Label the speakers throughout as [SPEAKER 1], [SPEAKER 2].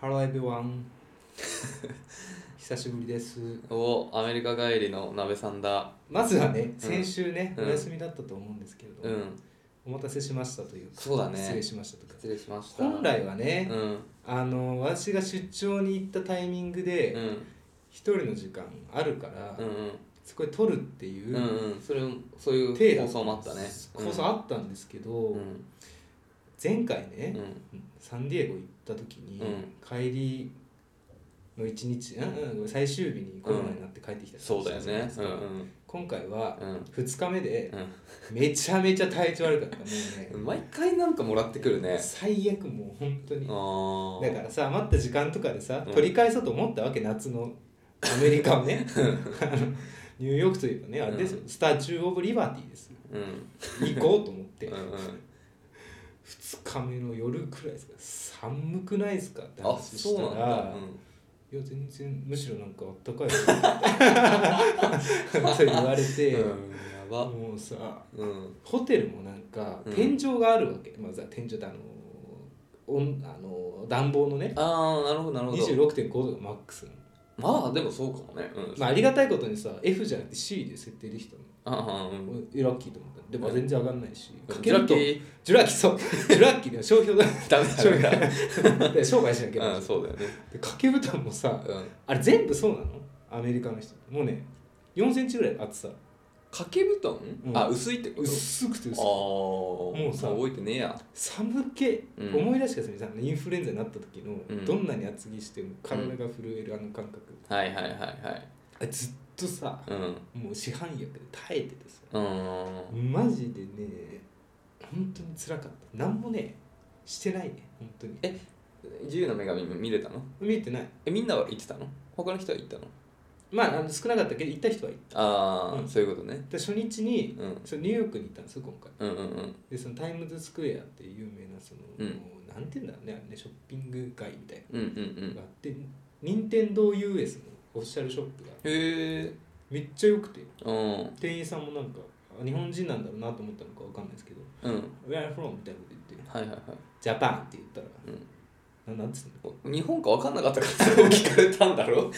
[SPEAKER 1] Hello everyone 久しぶりです
[SPEAKER 2] おアメリカ帰りの鍋さんだ
[SPEAKER 1] まずはね先週ね、
[SPEAKER 2] うん
[SPEAKER 1] お休みだったと思うんですけれど
[SPEAKER 2] う
[SPEAKER 1] も、
[SPEAKER 2] ん
[SPEAKER 1] お待たせしましたというか
[SPEAKER 2] そうだね
[SPEAKER 1] 失礼しましたとか
[SPEAKER 2] 失礼しました
[SPEAKER 1] 本来は
[SPEAKER 2] う
[SPEAKER 1] ね、
[SPEAKER 2] ん
[SPEAKER 1] あの私が出張に行ったタイミング
[SPEAKER 2] うんう
[SPEAKER 1] で
[SPEAKER 2] ん
[SPEAKER 1] 一人の時間あるから、
[SPEAKER 2] うん
[SPEAKER 1] そこで撮るってい
[SPEAKER 2] うん
[SPEAKER 1] う
[SPEAKER 2] うんそれもそうい
[SPEAKER 1] 手
[SPEAKER 2] う
[SPEAKER 1] だ
[SPEAKER 2] 放送もあったね
[SPEAKER 1] 放送あったんですけど、
[SPEAKER 2] うんうん
[SPEAKER 1] 前回ね、
[SPEAKER 2] うん
[SPEAKER 1] サンディエゴ行った時に、
[SPEAKER 2] うん
[SPEAKER 1] 帰りの一日、うんうんごめん、最終日にコロナになって帰ってきたり
[SPEAKER 2] そうだよ
[SPEAKER 1] したじゃない
[SPEAKER 2] ね
[SPEAKER 1] です
[SPEAKER 2] う
[SPEAKER 1] か
[SPEAKER 2] んうん
[SPEAKER 1] 今回は
[SPEAKER 2] うん
[SPEAKER 1] 2日目で
[SPEAKER 2] う
[SPEAKER 1] めちゃめちゃ体調悪かったもうね
[SPEAKER 2] ん毎回なんかもらってくるね
[SPEAKER 1] 最悪もう本当に
[SPEAKER 2] あ
[SPEAKER 1] だからさ余った時間とかでさ
[SPEAKER 2] うん
[SPEAKER 1] 取り返そうと思ったわけ夏のアメリカをねあのニューヨークといえばねあれですよ、
[SPEAKER 2] う
[SPEAKER 1] スタチュー・オブ・リバティですよ
[SPEAKER 2] らうん
[SPEAKER 1] 行こうと思って
[SPEAKER 2] うんうん
[SPEAKER 1] 2日目の夜くらいですか寒くないですかって
[SPEAKER 2] あ
[SPEAKER 1] 話し
[SPEAKER 2] そう
[SPEAKER 1] た
[SPEAKER 2] なんだ
[SPEAKER 1] ら
[SPEAKER 2] う
[SPEAKER 1] いや全然むしろなんかあったかい よって言われて、
[SPEAKER 2] んうんやば
[SPEAKER 1] もうさ
[SPEAKER 2] うん
[SPEAKER 1] ホテルもなんか
[SPEAKER 2] うん
[SPEAKER 1] 天井があるわけ、まずは天井ってあの温あの暖房のね
[SPEAKER 2] ああなるほどなるほど
[SPEAKER 1] 26.5度がマックスなの、
[SPEAKER 2] まあでもそうかもねうん
[SPEAKER 1] まあ、ありがたいことにさ F じゃなくて C で設定できたの、
[SPEAKER 2] あうんうん
[SPEAKER 1] ラッキーと思ったでも
[SPEAKER 2] うん
[SPEAKER 1] 全然上がんないし、かけ
[SPEAKER 2] ジュラ
[SPEAKER 1] る
[SPEAKER 2] キ
[SPEAKER 1] と
[SPEAKER 2] ー
[SPEAKER 1] ジュラキそうジュラッキーでも商標 だ
[SPEAKER 2] ダメ
[SPEAKER 1] 商標
[SPEAKER 2] だ
[SPEAKER 1] だ商売しなきゃいけない
[SPEAKER 2] うんそうだよね
[SPEAKER 1] で掛け布団もさ
[SPEAKER 2] うん
[SPEAKER 1] あれ全部そうなのアメリカの人もうね4センチぐらい厚さ
[SPEAKER 2] 掛け布団、
[SPEAKER 1] うん
[SPEAKER 2] あ薄いってこと
[SPEAKER 1] 薄くて
[SPEAKER 2] あ
[SPEAKER 1] 薄くて
[SPEAKER 2] あも
[SPEAKER 1] うさ
[SPEAKER 2] 覚えてねえや
[SPEAKER 1] 寒気、
[SPEAKER 2] うん
[SPEAKER 1] 思い出してください皆さんインフルエンザになった時の、
[SPEAKER 2] うん
[SPEAKER 1] どんなに厚着しても体が震えるあの感覚、
[SPEAKER 2] はいはいはいはい
[SPEAKER 1] あずっとさ
[SPEAKER 2] うん
[SPEAKER 1] もう市販薬で耐えててさ
[SPEAKER 2] うーん
[SPEAKER 1] マジでね本当につらかったなんもねしてないね本当に
[SPEAKER 2] え自由の女神も見れたの
[SPEAKER 1] 見えてない
[SPEAKER 2] えみんなは行ってたの他の人は行ったの
[SPEAKER 1] まああの少なかったけど行った人は行っ
[SPEAKER 2] ああ、
[SPEAKER 1] うん
[SPEAKER 2] そういうことね、
[SPEAKER 1] た初日に
[SPEAKER 2] うん、
[SPEAKER 1] そのニューヨークに行ったんですよ今回
[SPEAKER 2] うんうんうん
[SPEAKER 1] でそのタイムズスクエアっていう有名なその、
[SPEAKER 2] うん
[SPEAKER 1] なんていうんだろうねあれねショッピング街みたい
[SPEAKER 2] うんうんう
[SPEAKER 1] なの
[SPEAKER 2] ん
[SPEAKER 1] があって任天堂 u s のオフィシャルショップが
[SPEAKER 2] へえ
[SPEAKER 1] めっちゃ良くて
[SPEAKER 2] うん
[SPEAKER 1] 店員さんもなんかあ日本人なんだろうなと思ったのかわかんないですけど
[SPEAKER 2] うん
[SPEAKER 1] 「Where are you from?」みたいなこと言って
[SPEAKER 2] はいはいはい
[SPEAKER 1] 「ジャパン」って言ったら、
[SPEAKER 2] うん
[SPEAKER 1] ななんつうの
[SPEAKER 2] お日本か分かんなかったからそれ を聞かれたんだろ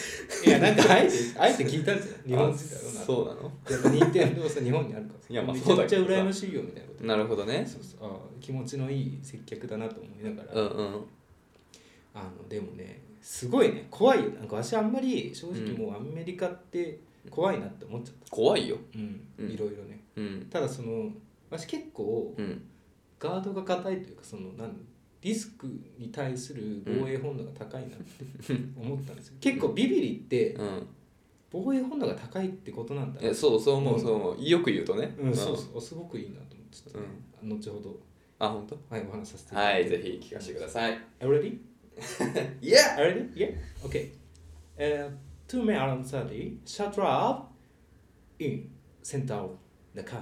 [SPEAKER 1] いやなんかあえて あえて聞いたんですよ日本人だろうな
[SPEAKER 2] あそうなの
[SPEAKER 1] うやっぱ任天堂さ日本にあるからさ
[SPEAKER 2] いやまあ
[SPEAKER 1] め
[SPEAKER 2] そ
[SPEAKER 1] ちゃ
[SPEAKER 2] うだ
[SPEAKER 1] め
[SPEAKER 2] け
[SPEAKER 1] ち
[SPEAKER 2] ど
[SPEAKER 1] ゃ
[SPEAKER 2] さ
[SPEAKER 1] 羨ましいよみたいなこと
[SPEAKER 2] なるほどね
[SPEAKER 1] そうそうあー気持ちのいい接客だなと思いながら、
[SPEAKER 2] うんうん
[SPEAKER 1] あのでもねすごいね怖いよなんか私あんまり正直もうアメリカって怖いなって思っちゃっ
[SPEAKER 2] 怖いよ
[SPEAKER 1] た、うん
[SPEAKER 2] うん
[SPEAKER 1] いろいろね
[SPEAKER 2] うん
[SPEAKER 1] ただその私結構
[SPEAKER 2] うん
[SPEAKER 1] ガードが硬いというかその何リスクに対する防衛本能が高いなって思ったんですよ、結構ビビリって
[SPEAKER 2] うん
[SPEAKER 1] 防衛本能が高いってことなんだな
[SPEAKER 2] えそうそう思うそう思うよく言うとね
[SPEAKER 1] うん、そうそうすごくいいなと思ってちょっとね、後ほど、
[SPEAKER 2] あ本当
[SPEAKER 1] はい、お話しさせて
[SPEAKER 2] はい、ぜひ聞かせてください。
[SPEAKER 1] Are you ready?
[SPEAKER 2] いや
[SPEAKER 1] Are you ready? Yeah? Okay. Uh, two men are on Saturday. Shut up in center of the car.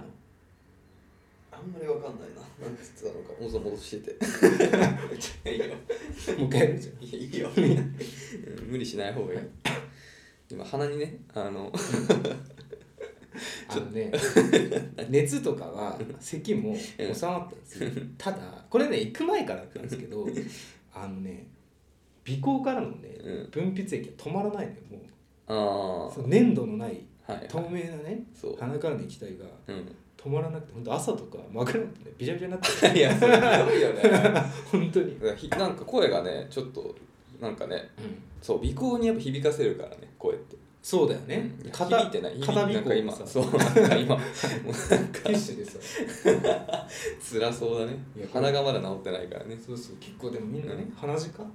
[SPEAKER 2] あんまりわかんないな。なんつってたのか、もぞもぞしてて。 いいよ。
[SPEAKER 1] もう一回やるじゃん。
[SPEAKER 2] いいよ。 無理しない方がいい。今、鼻にね、あの、
[SPEAKER 1] あの ね、熱とかは咳も収まったんです よ。ただ、これね、行く前からだったんですけど、あのね、鼻孔からのね
[SPEAKER 2] う、
[SPEAKER 1] 分泌液が止まらないのよ。も
[SPEAKER 2] あ
[SPEAKER 1] う、そ
[SPEAKER 2] ー
[SPEAKER 1] の粘度のない
[SPEAKER 2] はいはい。
[SPEAKER 1] 透明なね、
[SPEAKER 2] そう。
[SPEAKER 1] 鼻からの液体が
[SPEAKER 2] うん。
[SPEAKER 1] 止まらなくて、本当朝とか真っ暗になってね、ビチャビチャになって、
[SPEAKER 2] いや、それひどいよね。 だか
[SPEAKER 1] 本当に。
[SPEAKER 2] らひなんか声がね、ちょっと、なんかね、そう、鼻孔にやっぱ響かせるからね、声って。
[SPEAKER 1] そうだよね。
[SPEAKER 2] 響いてない。響い
[SPEAKER 1] 片鼻
[SPEAKER 2] なんか
[SPEAKER 1] 孔
[SPEAKER 2] 今、
[SPEAKER 1] もさ、
[SPEAKER 2] そう、なんか今、もうなん
[SPEAKER 1] テ
[SPEAKER 2] か
[SPEAKER 1] ィッ、シュでさ、
[SPEAKER 2] 辛そうだね
[SPEAKER 1] いや。
[SPEAKER 2] 鼻がまだ治ってないからね。
[SPEAKER 1] そうそう、結構でもみんなね
[SPEAKER 2] う、
[SPEAKER 1] 鼻血かって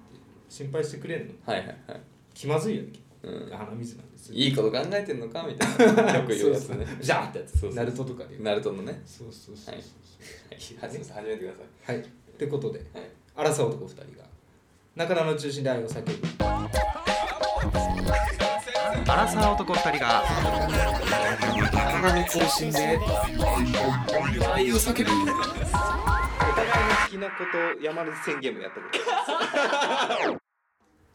[SPEAKER 1] 心配してくれるの。
[SPEAKER 2] はいはいはい。
[SPEAKER 1] 気まずいよね。
[SPEAKER 2] うん。
[SPEAKER 1] 鼻水なんですよ。
[SPEAKER 2] いいこと考えてんのかみたいなよく言うやつね
[SPEAKER 1] そうそうジャーンってやつ
[SPEAKER 2] そうそう
[SPEAKER 1] ナルトとかで言う
[SPEAKER 2] ナルトのね
[SPEAKER 1] そうそうそうそう
[SPEAKER 2] は
[SPEAKER 1] は
[SPEAKER 2] い始め始めてくださ
[SPEAKER 1] い、ってことで
[SPEAKER 2] い、はい、
[SPEAKER 1] 争う男2人が中田の中心で愛を叫ぶ
[SPEAKER 3] アラサー男2人が体の中心で愛を叫ぶ
[SPEAKER 1] お互いの好きなことを山根宣言もやったことです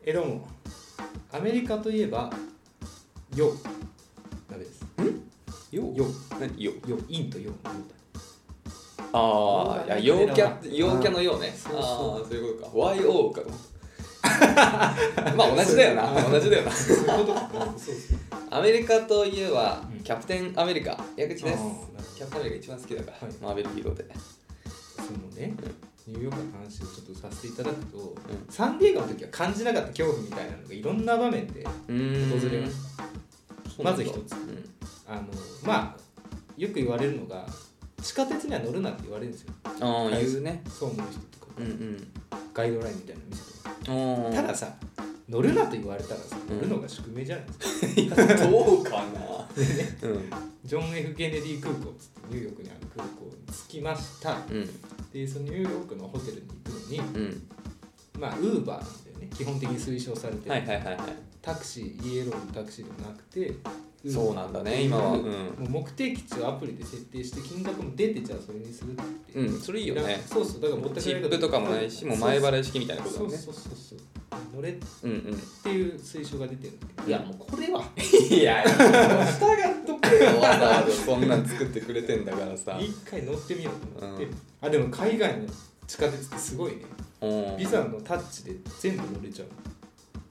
[SPEAKER 1] えどうもアメリカといえばヨダメです
[SPEAKER 2] よ
[SPEAKER 1] ヨ
[SPEAKER 2] 何よ
[SPEAKER 1] ヨインとヨウ
[SPEAKER 2] ああいや陽キャ陽キャのようね
[SPEAKER 1] そうそう
[SPEAKER 2] ああーそういうことか YO かと思っまあ同じだよな同じだよな
[SPEAKER 1] そういうことかうんそうそう
[SPEAKER 2] アメリカといえば
[SPEAKER 1] うん
[SPEAKER 2] キャプテンアメリカ矢口
[SPEAKER 1] あ
[SPEAKER 2] です
[SPEAKER 1] ーなるほど
[SPEAKER 2] キャプテンアメリカ一番好きだから、
[SPEAKER 1] はい
[SPEAKER 2] マーベルヒーローで
[SPEAKER 1] そのねニューヨークの話をちょっとさせていただくと、
[SPEAKER 2] ん
[SPEAKER 1] サンディエゴの時は感じなかった恐怖みたいなのがいろんな場面で訪れましまず一つ
[SPEAKER 2] うん
[SPEAKER 1] あのまあよく言われるのが地下鉄には乗るなって言われるんですよ
[SPEAKER 2] ああ言うね
[SPEAKER 1] そう思う人とか
[SPEAKER 2] うんうん
[SPEAKER 1] ガイドラインみたいなの見せて
[SPEAKER 2] お
[SPEAKER 1] たださ乗るなと言われたらさ
[SPEAKER 2] うん
[SPEAKER 1] 乗るのが宿命じゃないですか、
[SPEAKER 2] どうかなうん
[SPEAKER 1] ジョン・ F ・ケネディ空港っつってニューヨークにある空港に着きました
[SPEAKER 2] うん
[SPEAKER 1] でそのニューヨークのホテルに行くのに
[SPEAKER 2] うん
[SPEAKER 1] まあウーバーなんだよね基本的に推奨されてる、
[SPEAKER 2] はいはいはいは
[SPEAKER 1] タクシーイエローのタクシーではなくて Uber
[SPEAKER 2] いそうなんだね今はうん
[SPEAKER 1] もう目的地をアプリで設定して金額も出てじゃあそれにするって
[SPEAKER 2] う
[SPEAKER 1] い
[SPEAKER 2] んそれいいよね
[SPEAKER 1] そうそうだからもったい
[SPEAKER 2] チ
[SPEAKER 1] ない
[SPEAKER 2] ップとかもないしもう前払い式みたいなこと
[SPEAKER 1] そう
[SPEAKER 2] だね
[SPEAKER 1] そうそうそう乗れっ
[SPEAKER 2] うんうん
[SPEAKER 1] ていう推奨が出てるんだけどいやもうこれ はい
[SPEAKER 2] や、従っとけよ、わざわざそんなん作ってくれてんだからさ。
[SPEAKER 1] 一回乗ってみようと思って、
[SPEAKER 2] うん
[SPEAKER 1] あでも海外の地下鉄ってすごいね
[SPEAKER 2] うん
[SPEAKER 1] ビザのタッチで全部乗れちゃう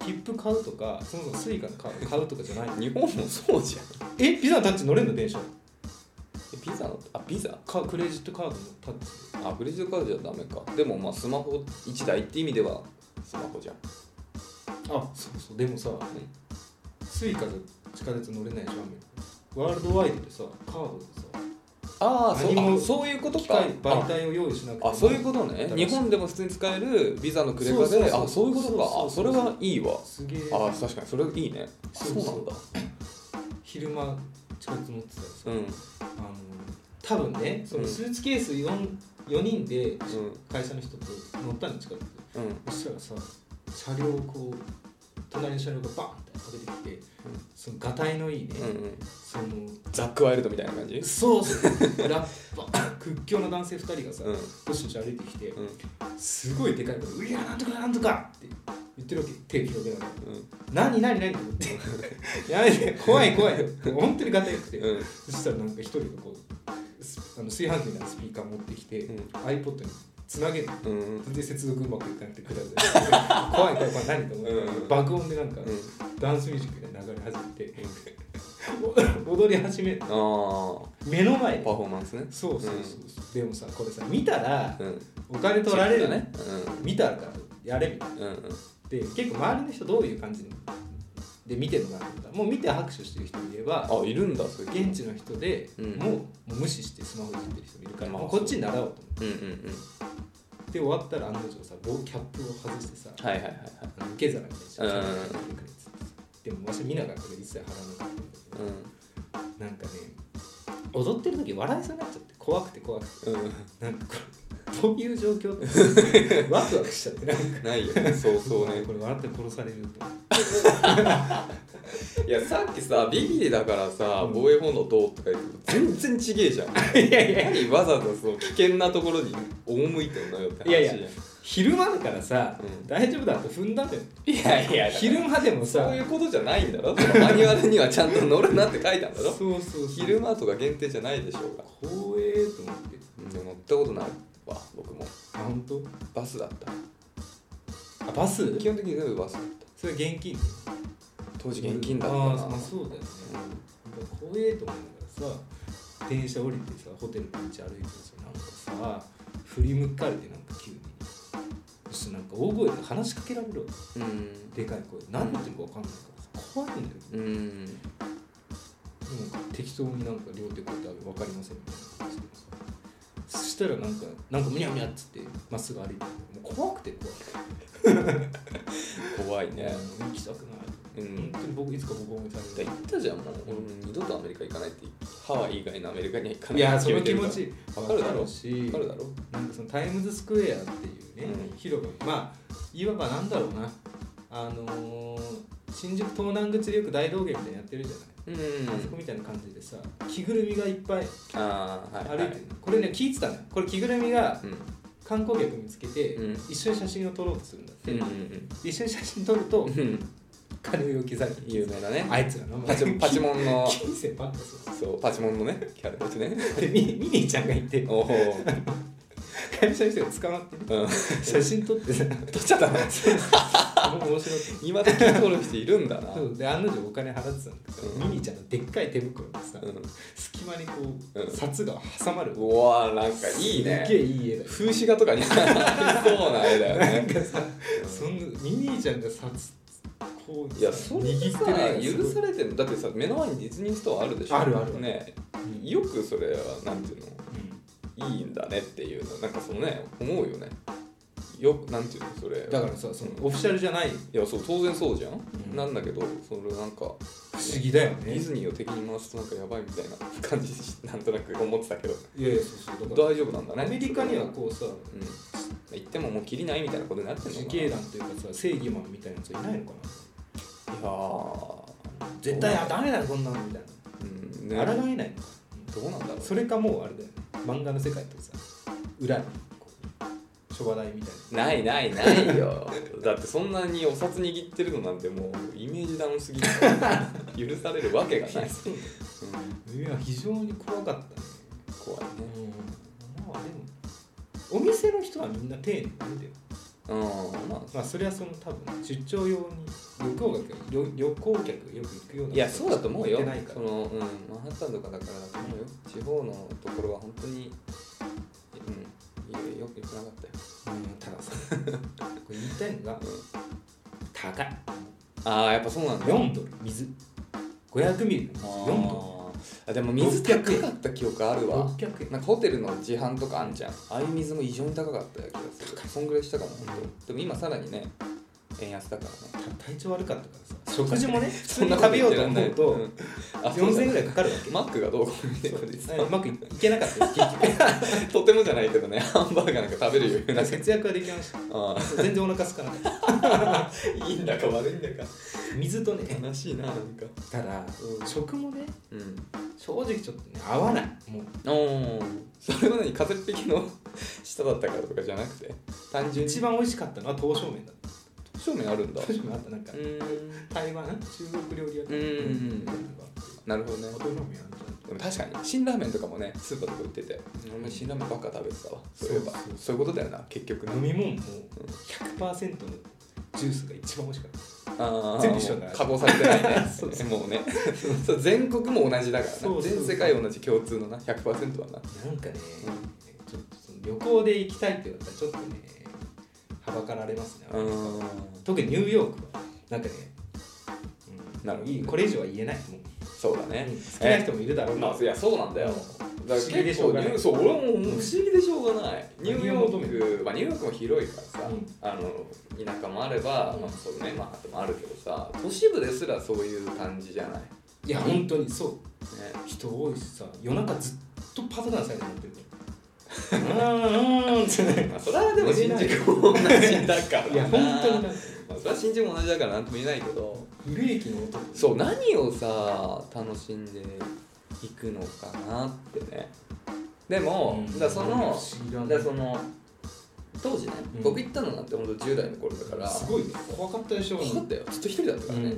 [SPEAKER 1] 切符買うとかそもそもスイカの買う買うとかじゃないの
[SPEAKER 2] 日本もそうじゃん。
[SPEAKER 1] えビザのタッチ乗れんの電車
[SPEAKER 2] えビザのあ、ビザ
[SPEAKER 1] かクレジットカードのタッチ
[SPEAKER 2] あ、クレジットカードじゃダメか。でもまあ、スマホ1台って意味では、スマホじゃん。
[SPEAKER 1] であそうそうでもさスイカで地下鉄乗れないじゃんワールドワイドでさカードでさ
[SPEAKER 2] ああ、そ
[SPEAKER 1] 何
[SPEAKER 2] う
[SPEAKER 1] も
[SPEAKER 2] あそういうこと
[SPEAKER 1] 機
[SPEAKER 2] か
[SPEAKER 1] 械。媒体を用意しなくて
[SPEAKER 2] あ
[SPEAKER 1] も
[SPEAKER 2] あ、そういうことね。日本でも普通に使えるビザのクレカ
[SPEAKER 1] そうそう
[SPEAKER 2] で、
[SPEAKER 1] そう
[SPEAKER 2] あ、そういうことか。あ、それはいいわ。
[SPEAKER 1] すげえ
[SPEAKER 2] あー、確かに、それいいね。あ
[SPEAKER 1] そ
[SPEAKER 2] そう
[SPEAKER 1] そうう
[SPEAKER 2] なんだ。
[SPEAKER 1] 昼間地下鉄乗ってたらさ、
[SPEAKER 2] うん。
[SPEAKER 1] あの多分ねそのスーツケース 4, 4人で
[SPEAKER 2] う
[SPEAKER 1] 会社の人と乗ったんですか
[SPEAKER 2] ん。うん。
[SPEAKER 1] そしたらさ車両をこう隣の車両がバンってかけてきて、
[SPEAKER 2] うん
[SPEAKER 1] そのがたいのいいね、
[SPEAKER 2] うんうん。
[SPEAKER 1] その
[SPEAKER 2] ザックワイルドみたいな感じ
[SPEAKER 1] そうそうラッパー屈強な男性2人がさ、
[SPEAKER 2] うん。
[SPEAKER 1] どしどし歩いてきて、
[SPEAKER 2] うん。
[SPEAKER 1] すごいでかい声で「うりゃなんとかなんとか!」って言ってるわけ手広げながら
[SPEAKER 2] うん。
[SPEAKER 1] 「何何何?」と思って「やめて怖い怖い」本当にがたいくて、
[SPEAKER 2] うん。
[SPEAKER 1] そしたらなんか一人がこうすあの炊飯器みたいなスピーカー持ってきて、
[SPEAKER 2] うん
[SPEAKER 1] iPod につなげる
[SPEAKER 2] うんうん
[SPEAKER 1] 全然接続うまくいかなくてくだ ら怖い怖い怖い何と思って、
[SPEAKER 2] うん
[SPEAKER 1] 爆音でなんか、ダンスミュージックが流れ始めて、踊り始め
[SPEAKER 2] ああ
[SPEAKER 1] 目の前で
[SPEAKER 2] パフォーマンスね
[SPEAKER 1] そうそうそうそう、でもさこれさ見たら
[SPEAKER 2] うん
[SPEAKER 1] お金取られるね
[SPEAKER 2] ねう
[SPEAKER 1] 見たからやれみたいなん
[SPEAKER 2] うんうん
[SPEAKER 1] で結構周りの人どういう感じで見てるのかなとかもう見て拍手してる人もいれば
[SPEAKER 2] あいるんだそういう
[SPEAKER 1] 現地の人で
[SPEAKER 2] うん
[SPEAKER 1] もう,、もう無視してスマホいじってる人もいるから、
[SPEAKER 2] まあ
[SPEAKER 1] もうこっちに習おうと思っ
[SPEAKER 2] うんうんうん
[SPEAKER 1] てで終わったら案の定さ棒キャップを外してさ、
[SPEAKER 2] はいはいはい
[SPEAKER 1] あの受け皿みたいにして
[SPEAKER 2] うん
[SPEAKER 1] キャップを入れてくれっつってさでもわし見ながらこれ一切払わなかったんだけ
[SPEAKER 2] はい
[SPEAKER 1] どなんかね踊ってる時笑いそうになっちゃって怖くて怖くて
[SPEAKER 2] うんう
[SPEAKER 1] なんかこれどういう状況って ワクワクしちゃって なんか
[SPEAKER 2] んないよねそうそうね
[SPEAKER 1] これ笑って殺されると
[SPEAKER 2] いやさっきさビビリだからさ
[SPEAKER 1] うん
[SPEAKER 2] 防衛本能どうとか言って全然ちげえ じゃん
[SPEAKER 1] いやいや
[SPEAKER 2] 何わざわざそう危険なところに赴いてんのよって話
[SPEAKER 1] いやいや昼間だからさ、
[SPEAKER 2] うん
[SPEAKER 1] 大丈夫だと踏んだんだよ
[SPEAKER 2] いやいや
[SPEAKER 1] 昼間でもさ
[SPEAKER 2] そういうことじゃないんだろそのマニュアルにはちゃんと乗るなって書いたんだろ
[SPEAKER 1] そうそうそう
[SPEAKER 2] 昼間とか限定じゃないでしょうが
[SPEAKER 1] 光栄と思って
[SPEAKER 2] うんでも乗ったことないわ僕も
[SPEAKER 1] あ本当
[SPEAKER 2] バスだった
[SPEAKER 1] あバス
[SPEAKER 2] 基本的に全部バスだった
[SPEAKER 1] それ現金
[SPEAKER 2] 当時現金だった
[SPEAKER 1] あ
[SPEAKER 2] な
[SPEAKER 1] ーまあそうだよねなんか光栄と思いながらさ電車降りてさホテルの道歩いてさなんかさ振り向かれてなんか急にそしてなんか大声で話しかけられるわ
[SPEAKER 2] うん
[SPEAKER 1] でかい声で何言ってるか分かんないからさ怖いんだよ
[SPEAKER 2] うん
[SPEAKER 1] なんか適当になんか両手こうやって分かりませんみたいな感じでさそしたらなんかなんかむにゃむにゃっつってまっすぐ歩いてもう怖くて怖くて
[SPEAKER 2] 怖いね
[SPEAKER 1] もう行きたくない、
[SPEAKER 2] うん
[SPEAKER 1] 本当に僕いつか僕もさ
[SPEAKER 2] だ
[SPEAKER 1] れ
[SPEAKER 2] 言ったじゃんもう俺も二度とアメリカ行かないってハワイ以外のアメリカには行かない
[SPEAKER 1] いやその気持
[SPEAKER 2] い
[SPEAKER 1] ち
[SPEAKER 2] わかるだろ
[SPEAKER 1] わし
[SPEAKER 2] わかるだろ
[SPEAKER 1] なんかそのタイムズスクエアっていうね、
[SPEAKER 2] うん
[SPEAKER 1] 広場まあいわばなんだろうなあのー新宿東南口でよく大道芸みたいなのやってるじゃない、
[SPEAKER 2] うん
[SPEAKER 1] あそこみたいな感じでさ着ぐるみがいっぱい
[SPEAKER 2] ああ
[SPEAKER 1] 歩いて
[SPEAKER 2] は
[SPEAKER 1] る
[SPEAKER 2] い
[SPEAKER 1] の、
[SPEAKER 2] はい
[SPEAKER 1] これね聞いてたのよこれ着ぐるみが
[SPEAKER 2] うん
[SPEAKER 1] 観光客見つけて、
[SPEAKER 2] うん
[SPEAKER 1] 一緒に写真を撮ろうとするんだって、
[SPEAKER 2] うんうん
[SPEAKER 1] 一緒に写真撮ると
[SPEAKER 2] うんうん
[SPEAKER 1] 金を要求される
[SPEAKER 2] 有名だね
[SPEAKER 1] あいつらの
[SPEAKER 2] パチパチモ ンの
[SPEAKER 1] 金銭ばっかそう
[SPEAKER 2] そうパチモンのねキャラたち ね
[SPEAKER 1] でミミニーちゃんがいて
[SPEAKER 2] おお
[SPEAKER 1] 会社の人が捕まってね
[SPEAKER 2] うん
[SPEAKER 1] 写真撮ってさ
[SPEAKER 2] 取っちゃったね
[SPEAKER 1] 面白く
[SPEAKER 2] 今時通る人いるんだな
[SPEAKER 1] そううで案の定お金払ってたんだけど、
[SPEAKER 2] うん
[SPEAKER 1] ミニちゃんのでっかい手袋がさ、
[SPEAKER 2] ん
[SPEAKER 1] 隙間にこう、
[SPEAKER 2] うん
[SPEAKER 1] 札が挟まる
[SPEAKER 2] うわーなんかいいね
[SPEAKER 1] すっげえいい絵だよ
[SPEAKER 2] 風刺画とかにありそうな絵だよ
[SPEAKER 1] なん
[SPEAKER 2] ね
[SPEAKER 1] かさ、そんなミニーちゃんが札こう
[SPEAKER 2] いやそれ
[SPEAKER 1] 握
[SPEAKER 2] さ
[SPEAKER 1] ってる
[SPEAKER 2] 許さ
[SPEAKER 1] れ
[SPEAKER 2] れてるだってさ目の前にディズニーストアあるでしょ
[SPEAKER 1] あるある
[SPEAKER 2] ねよくそれはなんていうのいいんだねっていうのなんかそのね思うよねよくなんていうのそれ
[SPEAKER 1] だからさそのオフィシャルじゃない
[SPEAKER 2] いやそう当然そうじゃん、
[SPEAKER 1] うん
[SPEAKER 2] なんだけどそれなんか
[SPEAKER 1] 不思議だよ
[SPEAKER 2] デ
[SPEAKER 1] ね
[SPEAKER 2] ィズニーを敵に回すとなんかやばいみたいな感じなんとなく思ってたけど
[SPEAKER 1] いやいやそうそうだから
[SPEAKER 2] 大丈夫なんだね
[SPEAKER 1] アメリカにはこうさ
[SPEAKER 2] うん言ってももう切りないみたいなことになってんのか
[SPEAKER 1] 自
[SPEAKER 2] な
[SPEAKER 1] 警団というかさ正義マンみたいなやついないのかない
[SPEAKER 2] やー
[SPEAKER 1] 絶対あダメだよこんなのみたい
[SPEAKER 2] うんね
[SPEAKER 1] な抗えないのか
[SPEAKER 2] どうなんだろう
[SPEAKER 1] それかもうあれだよね漫画の世界とさ裏にこう諸話題みたい
[SPEAKER 2] ないないないよ だってそんなにお札握ってるのなんてもうイメージダウンすぎる許されるわけが
[SPEAKER 1] な
[SPEAKER 2] ない、
[SPEAKER 1] そう
[SPEAKER 2] うん
[SPEAKER 1] いや非常に怖かったね
[SPEAKER 2] 怖いね
[SPEAKER 1] まあでもお店の人はみんな丁寧なんだよ
[SPEAKER 2] うんまあ
[SPEAKER 1] まあそれはその多分出張用に旅行客旅旅行客よく行くようない
[SPEAKER 2] やそうだと思うよ
[SPEAKER 1] 行ってないか
[SPEAKER 2] そ
[SPEAKER 1] ら
[SPEAKER 2] の、うん、マンハッタンとかだからだと思うよ地方のところは本当にうんいやよく行かなかったよ、
[SPEAKER 1] うんたださ これ言いたいのが
[SPEAKER 2] うん、
[SPEAKER 1] 高い
[SPEAKER 2] ああやっぱそうなんだ
[SPEAKER 1] 4ドル水500ミリの水4ド
[SPEAKER 2] あでも水高かった記憶あるわ
[SPEAKER 1] ル600円
[SPEAKER 2] なんかホテルの自販とかあんじゃんああいう水も異常に高かった気がするそんぐらいしたかも本当でも今さらにね円安だから ね
[SPEAKER 1] た体調悪かったからさ食事もね普通に
[SPEAKER 2] こと
[SPEAKER 1] 食べようと思うと
[SPEAKER 2] 言ってらんないうんあ
[SPEAKER 1] 4000円ぐらい
[SPEAKER 2] そう
[SPEAKER 1] かかるわ
[SPEAKER 2] だマックがどうこうみたいなことで
[SPEAKER 1] けうまくいけなかったです結
[SPEAKER 2] とてもじゃないけどねハンバーガーなんか食べる余裕な
[SPEAKER 1] 局
[SPEAKER 2] くて
[SPEAKER 1] 節約はできました
[SPEAKER 2] あ
[SPEAKER 1] 全然お腹空かなかっ
[SPEAKER 2] あいいんだか悪いんだか
[SPEAKER 1] た水とね
[SPEAKER 2] 悲しいななんか
[SPEAKER 1] ただ
[SPEAKER 2] うん
[SPEAKER 1] 食もね
[SPEAKER 2] うん
[SPEAKER 1] 正直ちょっとね合わないもう
[SPEAKER 2] おーそれは何風邪っ引きの下だったからとかじゃなくて単純に
[SPEAKER 1] 一番美味しかったのは刀削麺だっ
[SPEAKER 2] 正面あるんだ
[SPEAKER 1] た刀削麺あったなんか
[SPEAKER 2] うーん
[SPEAKER 1] 台湾中国料理屋
[SPEAKER 2] うんうんなるほどね
[SPEAKER 1] 刀削麺あるじゃん
[SPEAKER 2] でも確かに辛ラーメンとかもねスーパーとか売ってて俺も辛ラーメンばっか食べてたわ
[SPEAKER 1] そ
[SPEAKER 2] そうういえば
[SPEAKER 1] そうそう
[SPEAKER 2] そういうことだよな結局
[SPEAKER 1] 飲
[SPEAKER 2] ね
[SPEAKER 1] み物も100%のジュースが一番美味しかった
[SPEAKER 2] あー
[SPEAKER 1] 全部一緒だ
[SPEAKER 2] もう加工されてない ね
[SPEAKER 1] そうそ
[SPEAKER 2] もうねそう全国も同じだからな
[SPEAKER 1] そうそうそう
[SPEAKER 2] 全世界同じ共通のな100%はな
[SPEAKER 1] なんかね、
[SPEAKER 2] う
[SPEAKER 1] ちょっとその旅行で行きたいって言われたらちょっとねはばかられますね、
[SPEAKER 2] う
[SPEAKER 1] 特にニューヨークはなんかね、うん、
[SPEAKER 2] なるほどね
[SPEAKER 1] いいこれ以上は言えないもう
[SPEAKER 2] そうだね
[SPEAKER 1] うん好きな人もいるだろう
[SPEAKER 2] まあ、いやそうなんだよ。だから
[SPEAKER 1] 不思議でしょうがない
[SPEAKER 2] 結構ニューそう俺も不思議でしょうがない。
[SPEAKER 1] うん
[SPEAKER 2] ニューヨーク、まあ、ニューヨークも広いからさ、
[SPEAKER 1] うん
[SPEAKER 2] あの田舎もあれば、
[SPEAKER 1] うん
[SPEAKER 2] まあ、そうね、マンハッタンもあるけどさ、都市部ですらそういう感じじゃない。ね、
[SPEAKER 1] いや本当にそう人多いしさ夜中ずっとパトカーのサイドに乗ってるからうーんうーんって
[SPEAKER 2] まあ、それはでも新宿も同じだからな。
[SPEAKER 1] いや本当になんか
[SPEAKER 2] まあ、それは新宿も同じだからなんとも言えないけど、
[SPEAKER 1] ブレーキの音
[SPEAKER 2] そう何をさ楽しんでいくのかなってね。でも、
[SPEAKER 1] うん
[SPEAKER 2] だからその。
[SPEAKER 1] 不思議だね
[SPEAKER 2] でその当時ね、
[SPEAKER 1] うん
[SPEAKER 2] 僕行ったのなんて本当10代の頃だから
[SPEAKER 1] すごいね怖かったでしょ
[SPEAKER 2] 怖かったよずっと一人だったからね、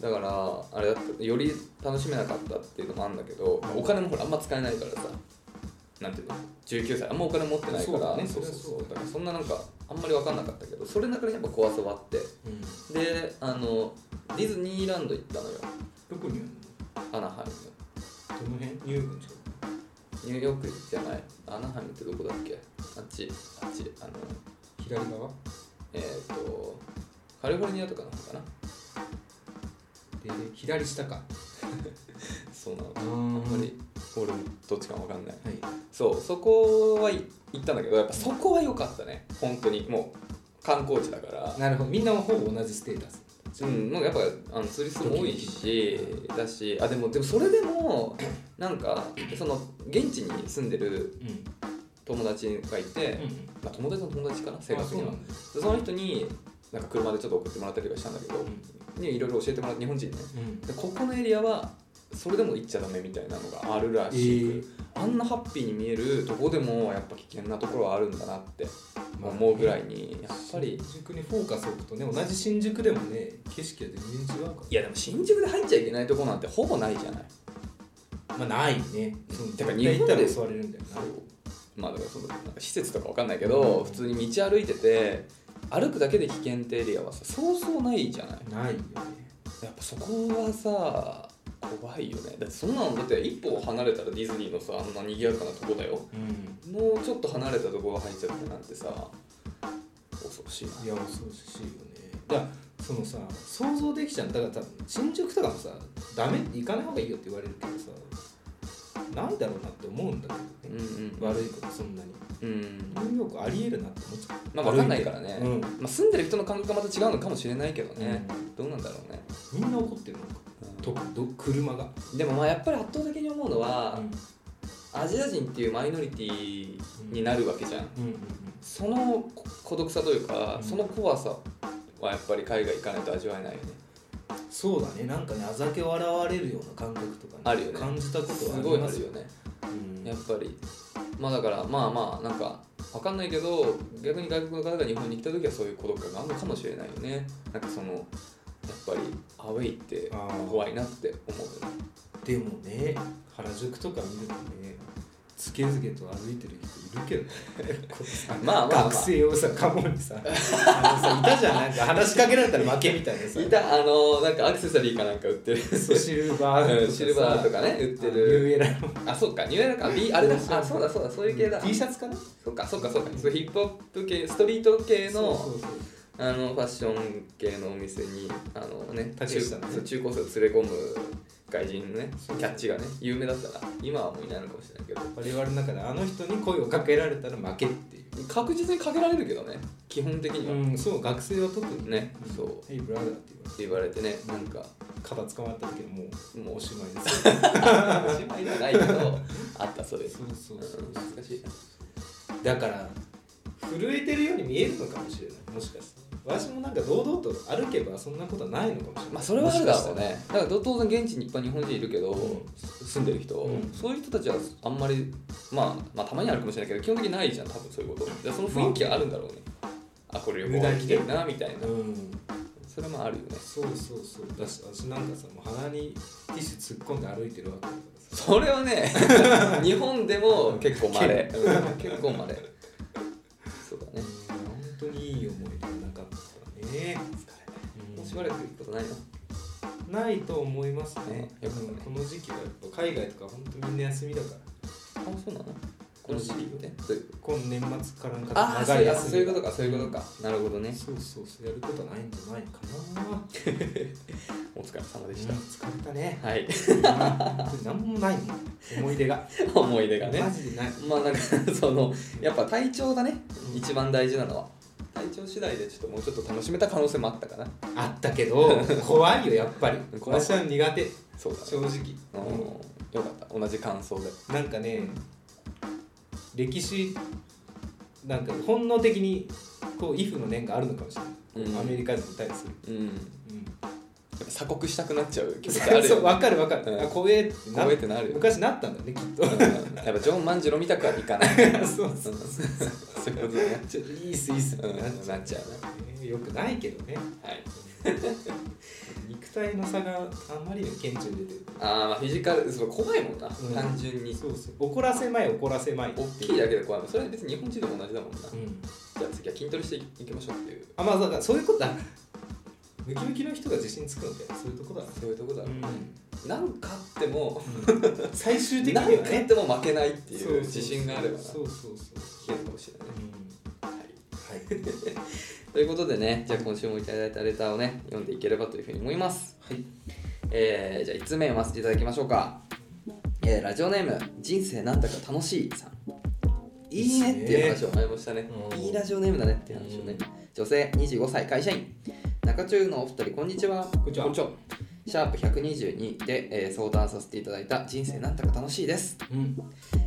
[SPEAKER 2] だからあれだったより楽しめなかったっていうのもあるんだけど、
[SPEAKER 1] うん
[SPEAKER 2] お金もほらあんま使えないからさなんていうの19歳あんまお金持ってないから
[SPEAKER 1] そうだね
[SPEAKER 2] そうそう
[SPEAKER 1] それはそう
[SPEAKER 2] だからそんななんかあんまり分かんなかったけどそれながらやっぱ怖さはあって
[SPEAKER 1] うん、うん
[SPEAKER 2] であのディズニーランド行ったのよ
[SPEAKER 1] どこに
[SPEAKER 2] アナハイム
[SPEAKER 1] あるのどの辺ニューヨークの近く
[SPEAKER 2] ニューヨークじゃないアナハイムってどこだっけあっちあっちあの
[SPEAKER 1] 左側
[SPEAKER 2] えっ、とカリフォルニアとかの方かな
[SPEAKER 1] で左下か
[SPEAKER 2] そうなの
[SPEAKER 1] あ
[SPEAKER 2] あ
[SPEAKER 1] ん
[SPEAKER 2] んまり俺もどっちかわかんない
[SPEAKER 1] はい
[SPEAKER 2] そうそこはい行ったんだけどやっぱそこは良かったね本当にもう観光地だから
[SPEAKER 1] なるほどみんなほぼ同じステータス
[SPEAKER 2] うんなんかやっぱあのツーリストも多いしだしあでもでもそれでもなんかその現地に住んでる
[SPEAKER 1] うん、
[SPEAKER 2] 友達がいて、
[SPEAKER 1] うん、
[SPEAKER 2] まあ、友達の友達かな正
[SPEAKER 1] あ
[SPEAKER 2] 確
[SPEAKER 1] そう
[SPEAKER 2] に
[SPEAKER 1] な
[SPEAKER 2] は
[SPEAKER 1] んだ
[SPEAKER 2] その人になんか車でちょっと送ってもらったりとかしたんだけど、にいろいろ教えてもらって日本人にね
[SPEAKER 1] うん
[SPEAKER 2] でここのエリアはそれでも行っちゃダメみたいなのがあるらしく、あんなハッピーに見えるとこでもやっぱ危険なところはあるんだなって
[SPEAKER 1] まあ
[SPEAKER 2] 思うぐらいにやっぱり
[SPEAKER 1] 新宿にフォーカス置くとね同じ新宿でもね景色は全然違うか
[SPEAKER 2] いやでも新宿で入っちゃいけないとこなんてほぼないじゃない
[SPEAKER 1] らまあないね
[SPEAKER 2] てか
[SPEAKER 1] 日
[SPEAKER 2] 日
[SPEAKER 1] 本行っ
[SPEAKER 2] 本で
[SPEAKER 1] たら襲われるんだよな
[SPEAKER 2] まあだからそのなんか施設とかわかんないけど、
[SPEAKER 1] うん
[SPEAKER 2] 普通に道歩いてて歩くだけで危険ってエリアはさそうそうないじゃない
[SPEAKER 1] ないよね
[SPEAKER 2] やっぱそこはさ怖いよねだってそんなのだって一歩離れたらディズニーのさあんな賑やかなとこだよ
[SPEAKER 1] うん
[SPEAKER 2] もうちょっと離れたところ入っちゃったなんてさ恐ろしいない
[SPEAKER 1] や恐ろしいよねだからそのさ想像できちゃうだから多分新宿とかもさダメ行かない方がいいよって言われるけどさないだろうなって思うんだけど
[SPEAKER 2] うん
[SPEAKER 1] ね、
[SPEAKER 2] うん
[SPEAKER 1] 悪いことそんなに
[SPEAKER 2] うん
[SPEAKER 1] ニューヨークありえるなって思っちゃう
[SPEAKER 2] まあ分かんないからね、
[SPEAKER 1] うん
[SPEAKER 2] まあ、住んでる人の感覚がまた違うのかもしれないけどね、どうなんだろうね、
[SPEAKER 1] みんな怒ってるのか特にど車が、
[SPEAKER 2] でもまあやっぱり圧倒的に思うのは、
[SPEAKER 1] うん
[SPEAKER 2] アジア人っていうマイノリティになるわけじゃん、
[SPEAKER 1] うん
[SPEAKER 2] その孤独さというか、
[SPEAKER 1] うん
[SPEAKER 2] その怖さはやっぱり海外行かないと味わえないよね
[SPEAKER 1] そうだねなんかねあざけ笑われるような感覚とか、
[SPEAKER 2] あるよね
[SPEAKER 1] 感じたこと
[SPEAKER 2] す
[SPEAKER 1] はあ
[SPEAKER 2] ご
[SPEAKER 1] り
[SPEAKER 2] いあ
[SPEAKER 1] ます
[SPEAKER 2] るよね
[SPEAKER 1] うん
[SPEAKER 2] やっぱりまあだからまあまあなんかわかんないけど逆に外国の方が日本に来た時はそういう孤独感があるのかもしれないよねなんかそのやっぱりアウェイって
[SPEAKER 1] あー
[SPEAKER 2] 怖いなって思うよね
[SPEAKER 1] でもね原宿とか見るとねつけづけと歩いてる人いるけどねこうさ
[SPEAKER 2] まあまあまあ
[SPEAKER 1] 学生をさカモにさあのさいたじゃんなんか話しかけられたら負けみたいなさ
[SPEAKER 2] いたあのなんかアクセサリーかなんか売ってる
[SPEAKER 1] そうシルバーと
[SPEAKER 2] う
[SPEAKER 1] か
[SPEAKER 2] ん
[SPEAKER 1] さ
[SPEAKER 2] シルバーとかね売ってる
[SPEAKER 1] ニューエラの
[SPEAKER 2] あそうかニューエラか B あれだあそうだそうだそういう系だ
[SPEAKER 1] T シャツかな
[SPEAKER 2] そうかそうかそうかそうヒップホップ系ストリート系の
[SPEAKER 1] そうそう
[SPEAKER 2] あのファッション系のお店にあのね
[SPEAKER 1] 竹
[SPEAKER 2] 中
[SPEAKER 1] 下のね
[SPEAKER 2] そう中高生を連れ込む外人のね
[SPEAKER 1] そう
[SPEAKER 2] キャッチがね有名だったら今はもういないのかもしれないけど
[SPEAKER 1] そう我々の中であの人に声をかけられたら負けっていう
[SPEAKER 2] 確実にかけられるけどね基本的には、
[SPEAKER 1] うん、そう学生は特に
[SPEAKER 2] ねそう
[SPEAKER 1] 「ヘイブラザー」って言われて
[SPEAKER 2] 言われてねなんか
[SPEAKER 1] 肩掴まれた時はもう
[SPEAKER 2] もう
[SPEAKER 1] お
[SPEAKER 2] おし
[SPEAKER 1] しまいですよ
[SPEAKER 2] おしまいじゃないけどあったそれ
[SPEAKER 1] そうそうそう
[SPEAKER 2] うん懐かしい
[SPEAKER 1] だから震えてるように見えるのかもしれないもしかして私もなんか堂々と歩けばそんなことはないのかもしれない
[SPEAKER 2] まあそれはあるだろう
[SPEAKER 1] もしかしたら
[SPEAKER 2] ねだから当然現地にいっぱい日本人いるけど、
[SPEAKER 1] うん
[SPEAKER 2] 住んでる人、
[SPEAKER 1] うん
[SPEAKER 2] そういう人たちはあんまり、まあ、まあたまにあるかもしれないけど基本的にないじゃん多分そういうことだからその雰囲気はあるんだろうね、あこれ旅行に来てるなみたいな、
[SPEAKER 1] うん
[SPEAKER 2] それもあるよね
[SPEAKER 1] そうそうそうだし私なんかさもう鼻にティッシュ突っ込んで歩いてるわけだからさ
[SPEAKER 2] それは ね日本でも結構まれ結構まれそうだ
[SPEAKER 1] うん
[SPEAKER 2] ね
[SPEAKER 1] 本当にいい思い出がなかったね
[SPEAKER 2] もうしばらく行くことないの
[SPEAKER 1] ないと思いますね
[SPEAKER 2] あよかったね
[SPEAKER 1] うんこの時期はやっぱ海外とか本当みんな休みだから
[SPEAKER 2] あそうなのこの時期ってどういう
[SPEAKER 1] 今年末からの
[SPEAKER 2] あ
[SPEAKER 1] 長
[SPEAKER 2] そう
[SPEAKER 1] い
[SPEAKER 2] いうあ
[SPEAKER 1] 休
[SPEAKER 2] そうい
[SPEAKER 1] み
[SPEAKER 2] うことかそういうことかなるほどね
[SPEAKER 1] そうそうそうやることはないんじゃないかな
[SPEAKER 2] お疲れ様で
[SPEAKER 1] で
[SPEAKER 2] し、
[SPEAKER 1] したた疲れた ね
[SPEAKER 2] はい
[SPEAKER 1] 何もないもん思い出が
[SPEAKER 2] 思い出がね
[SPEAKER 1] マジでない
[SPEAKER 2] まあなんかそのやっぱ体調がね
[SPEAKER 1] うん
[SPEAKER 2] 一番大事なのは体調次第でちょっともうちょっと楽しめた可能性もあったかな
[SPEAKER 1] あったけ ど怖いよやっぱり
[SPEAKER 2] 怖い
[SPEAKER 1] 私は苦手
[SPEAKER 2] そうだ
[SPEAKER 1] 正
[SPEAKER 2] ね
[SPEAKER 1] 直、
[SPEAKER 2] うんよかった同じ感想で
[SPEAKER 1] なんかね歴史なんか本能的にこう「イフ」の念があるのかもしれない、
[SPEAKER 2] うん
[SPEAKER 1] アメリカ人に対する、
[SPEAKER 2] うんや
[SPEAKER 1] うん
[SPEAKER 2] っぱ鎖国したくなっちゃう気持ちある
[SPEAKER 1] そ
[SPEAKER 2] よ、
[SPEAKER 1] う
[SPEAKER 2] ね、
[SPEAKER 1] そう分かる分かる、
[SPEAKER 2] うん
[SPEAKER 1] あ怖えってな
[SPEAKER 2] 怖えってなるよ
[SPEAKER 1] 昔なったんだねきっ と
[SPEAKER 2] うんやっぱジョン万次郎見たくはいかない
[SPEAKER 1] そうそう
[SPEAKER 2] そうそういうことになっ
[SPEAKER 1] ちょっといいっすいいっすってなっ
[SPEAKER 2] うん
[SPEAKER 1] ちゃ
[SPEAKER 2] な
[SPEAKER 1] う
[SPEAKER 2] っちゃう
[SPEAKER 1] ねよくないけどね
[SPEAKER 2] なはい
[SPEAKER 1] 肉体の差があんまりにも顕著に出てる
[SPEAKER 2] あーまあフィジカルそれ怖いもんな、
[SPEAKER 1] うん
[SPEAKER 2] 単純に
[SPEAKER 1] そうそう怒らせまい怒らせまいって
[SPEAKER 2] 大
[SPEAKER 1] いう
[SPEAKER 2] きいだけで怖いもんそれは別に日本人でも同じだもんな、
[SPEAKER 1] うん
[SPEAKER 2] じゃあ次は筋トレしていきましょうっていう
[SPEAKER 1] あまあだからそういうことだムキムキの人が自信つくのってそういうとこだ
[SPEAKER 2] そういうとこだ、
[SPEAKER 1] う
[SPEAKER 2] なんかあっても
[SPEAKER 1] ん最終的に
[SPEAKER 2] 何
[SPEAKER 1] は
[SPEAKER 2] 回やっ
[SPEAKER 1] ね
[SPEAKER 2] ても負けないって
[SPEAKER 1] そう
[SPEAKER 2] い
[SPEAKER 1] そうう
[SPEAKER 2] 自信があればな
[SPEAKER 1] そうそうそう
[SPEAKER 2] いけるかもしれない、
[SPEAKER 1] うん
[SPEAKER 2] はい、
[SPEAKER 1] はい
[SPEAKER 2] ということでねじゃあ今週もいただいたレターをね読んでいければというふうに思いますはい、えー、じゃあ1つ目読ませていただきましょうか、えー、ラジオネーム人生なんだか楽しいさんいいねっていう話を前もしたね
[SPEAKER 1] うん
[SPEAKER 2] いいラジオネームだねっていう話をね女性25歳会社員中中のお二人こんにちは
[SPEAKER 1] こんにちは
[SPEAKER 2] シャープ122で、えー相談させていただいた人生なんだか楽しいです
[SPEAKER 1] うん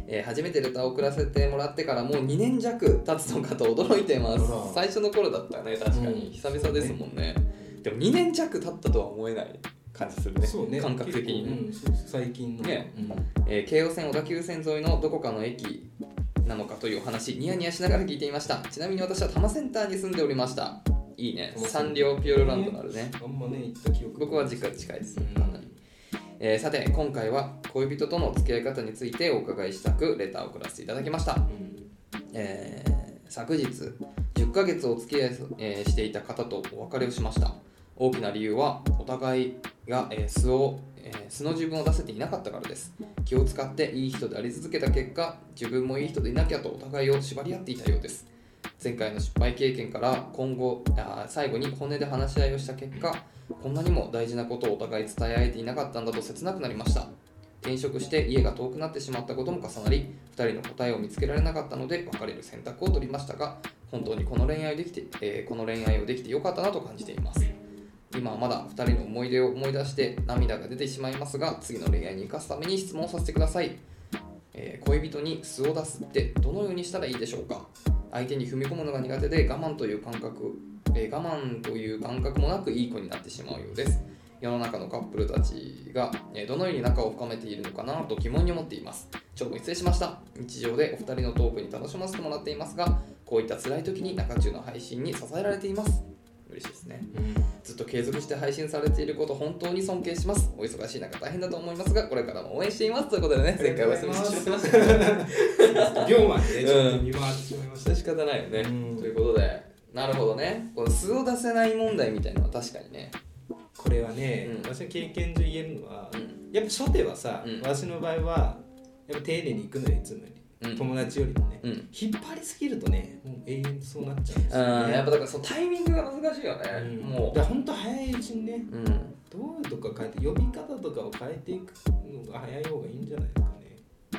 [SPEAKER 2] えー初めてレターを送らせてもらってからもう2年弱経つのかと驚いています
[SPEAKER 1] あら
[SPEAKER 2] 最初の頃だったね確かに、
[SPEAKER 1] うん
[SPEAKER 2] 久々ですもんねでも2年弱経ったとは思えない感じするね
[SPEAKER 1] そうね
[SPEAKER 2] 感覚的にね、
[SPEAKER 1] 結構うんそうそう最近の
[SPEAKER 2] ね
[SPEAKER 1] うん
[SPEAKER 2] えー京王線小田急線沿いのどこかの駅なのかというお話ニヤニヤしながら聞いていましたちなみに私は多摩センターに住んでおりましたいいね
[SPEAKER 1] 多摩センター
[SPEAKER 2] サンリオピューロランドのあるね
[SPEAKER 1] あんまね行った記憶
[SPEAKER 2] 僕は実家に近いです
[SPEAKER 1] うん
[SPEAKER 2] かなりえーさて今回は恋人との付き合い方についてお伺いしたくレターを送らせていただきました
[SPEAKER 1] うん
[SPEAKER 2] えー昨日10ヶ月お付き合い、えーしていた方とお別れをしました大きな理由はお互いが、えー素を、えー素の自分を出せていなかったからです気を使っていい人であり続けた結果自分もいい人でいなきゃとお互いを縛り合っていたようです前回の失敗経験から今後あー最後に本音で話し合いをした結果こんなにも大事なことをお互い伝え合えていなかったんだと切なくなりました転職して家が遠くなってしまったことも重なり2人の答えを見つけられなかったので別れる選択を取りましたが本当にこの恋愛できて、えーこの恋愛をできてよかったなと感じています今はまだ2人の思い出を思い出して涙が出てしまいますが次の恋愛に生かすために質問させてください、えー恋人に素を出すってどのようにしたらいいでしょうか相手に踏み込むのが苦手で我慢という感覚、えー我慢という感覚もなくいい子になってしまうようです世の中のカップルたちがえーどのように仲を深めているのかなと疑問に思っています長文失礼しました日常でお二人のトークに楽しませてもらっていますがこういった辛い時に中中の配信に支えられています嬉しいですねずっと継続して配信されていること本当に尊敬しますお忙しい中大変だと思いますがこれからも応援していますということでね前回お休みしてましたけど
[SPEAKER 1] 秒までねちょっと見回ってしまいました
[SPEAKER 2] 仕方ないよね、
[SPEAKER 1] うん
[SPEAKER 2] ということでなるほどねこの素を出せない問題みたいなのは確かにね
[SPEAKER 1] これはね、
[SPEAKER 2] うん
[SPEAKER 1] 私の経験上言えるのは、
[SPEAKER 2] うん
[SPEAKER 1] やっぱ初手はさ、
[SPEAKER 2] うん
[SPEAKER 1] 私の場合はやっぱ丁寧に行くのよいつもより、
[SPEAKER 2] うん
[SPEAKER 1] 友達よりもね、
[SPEAKER 2] うん
[SPEAKER 1] 引っ張りすぎるとねもう永遠にそうなっちゃうんですよ
[SPEAKER 2] うん
[SPEAKER 1] ね
[SPEAKER 2] やっぱだからそのタイミングが難しいよね、
[SPEAKER 1] うん
[SPEAKER 2] も
[SPEAKER 1] だからほんと早いうちにね
[SPEAKER 2] ううん
[SPEAKER 1] どうとか変えて呼び方とかを変えていくのが早い方がいいんじゃないですかね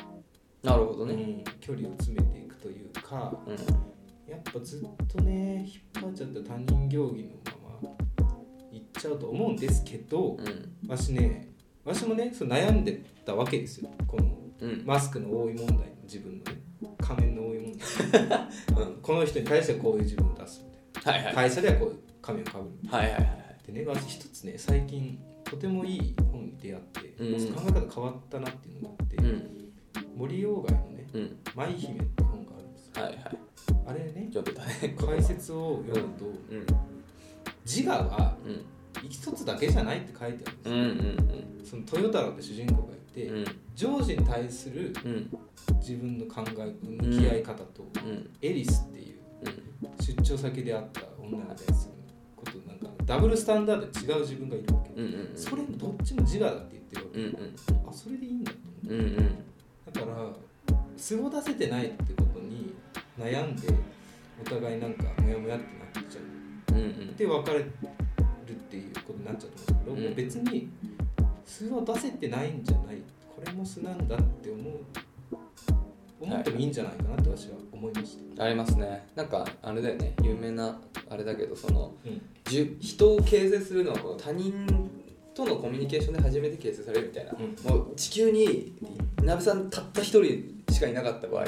[SPEAKER 2] なるほどね
[SPEAKER 1] うん、距離を詰めていくというか
[SPEAKER 2] うん
[SPEAKER 1] やっぱずっとね引っ張っちゃった他人行儀のまま行っちゃうと思うんですけど
[SPEAKER 2] うん
[SPEAKER 1] わしねわしもねそう悩んでたわけですよこの
[SPEAKER 2] うん
[SPEAKER 1] マスクの多い問題自分のね仮面の多い問題
[SPEAKER 2] うん
[SPEAKER 1] この人に対してはこういう自分を出すみ
[SPEAKER 2] はい
[SPEAKER 1] た
[SPEAKER 2] はいい
[SPEAKER 1] な会社ではこういう仮面をかぶる
[SPEAKER 2] はいはいはい
[SPEAKER 1] でね私一つね最近とてもいい本に出会って、
[SPEAKER 2] うん
[SPEAKER 1] 考え方変わったなっていうのがあって、
[SPEAKER 2] うん
[SPEAKER 1] 森鴎外のね
[SPEAKER 2] うん
[SPEAKER 1] 「舞姫」って本があるんですよ
[SPEAKER 2] はいはい
[SPEAKER 1] あれね
[SPEAKER 2] ちょっとだね
[SPEAKER 1] 解説を読むと、
[SPEAKER 2] うん
[SPEAKER 1] 自我は
[SPEAKER 2] うん
[SPEAKER 1] 一つだけじゃないって書いてあるんで
[SPEAKER 2] う
[SPEAKER 1] すよ、
[SPEAKER 2] んうん
[SPEAKER 1] その豊太郎って主人公がいて、
[SPEAKER 2] うん
[SPEAKER 1] ジョージに対する
[SPEAKER 2] うんうん
[SPEAKER 1] 自分の考え向き合い方と、
[SPEAKER 2] うん
[SPEAKER 1] エリスっていう出張先で会った女に対することなんかダブルスタンダードで違う自分がいるわけ、
[SPEAKER 2] うんうん
[SPEAKER 1] それどっちも自我だって言ってるわけ
[SPEAKER 2] うんうん
[SPEAKER 1] あそれでいいんだと
[SPEAKER 2] うんうん
[SPEAKER 1] 思うだから素を出せてないってことに悩んでお互いなんかモヤモヤってなっちゃう
[SPEAKER 2] うんうん
[SPEAKER 1] で別れるっていうことになっちゃうと思うん
[SPEAKER 2] うん
[SPEAKER 1] ですけど、もう別に素を出せてないんじゃないこれも素なんだって思う思ってもいいんじゃないかなって私は思いました、
[SPEAKER 2] ありますねなんかあれだよね有名なあれだけどその
[SPEAKER 1] うん
[SPEAKER 2] じゅ人を形成するのはこの他人とのコミュニケーションで初めて形成されるみたいな、
[SPEAKER 1] うん
[SPEAKER 2] もう地球に鍋さんたった一人しかいなかった場合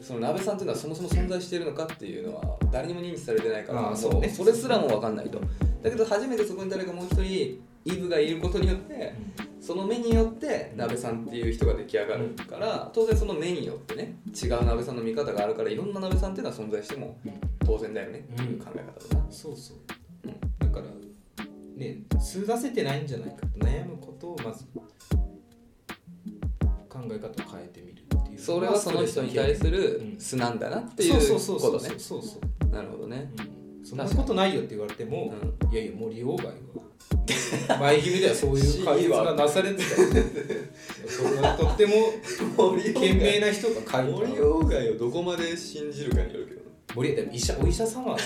[SPEAKER 2] その鍋さんというのはそもそも存在しているのかっていうのは誰にも認知されてないから
[SPEAKER 1] ああ
[SPEAKER 2] もう
[SPEAKER 1] そうね
[SPEAKER 2] それすらも分かんないとだけど初めてそこに誰かもう一人イブがいることによってその目によって鍋さんっていう人が出来上がるから当然その目によってね違う鍋さんの見方があるからいろんな鍋さんっていうのは存在しても当然だよねっていう考え方だな。
[SPEAKER 1] そうそうだからね素出せてないんじゃないかと悩むことをまず考え方を変えてみるっていう
[SPEAKER 2] それはその人に対する
[SPEAKER 1] うん
[SPEAKER 2] 素なんだなっていう
[SPEAKER 1] そうそうそうそ
[SPEAKER 2] こ
[SPEAKER 1] う
[SPEAKER 2] と
[SPEAKER 1] そ
[SPEAKER 2] ね
[SPEAKER 1] うそうそう、
[SPEAKER 2] なるほどね
[SPEAKER 1] うん、そんなことないよって言われても、
[SPEAKER 2] う
[SPEAKER 1] いやいや森鴎外は前気味ではそういう解説がなされてたよそれはと っても
[SPEAKER 2] 森
[SPEAKER 1] 賢明な人が書いた
[SPEAKER 2] 森鴎外をどこまで信じるかによるけど
[SPEAKER 1] 森鴎外医者お医者様は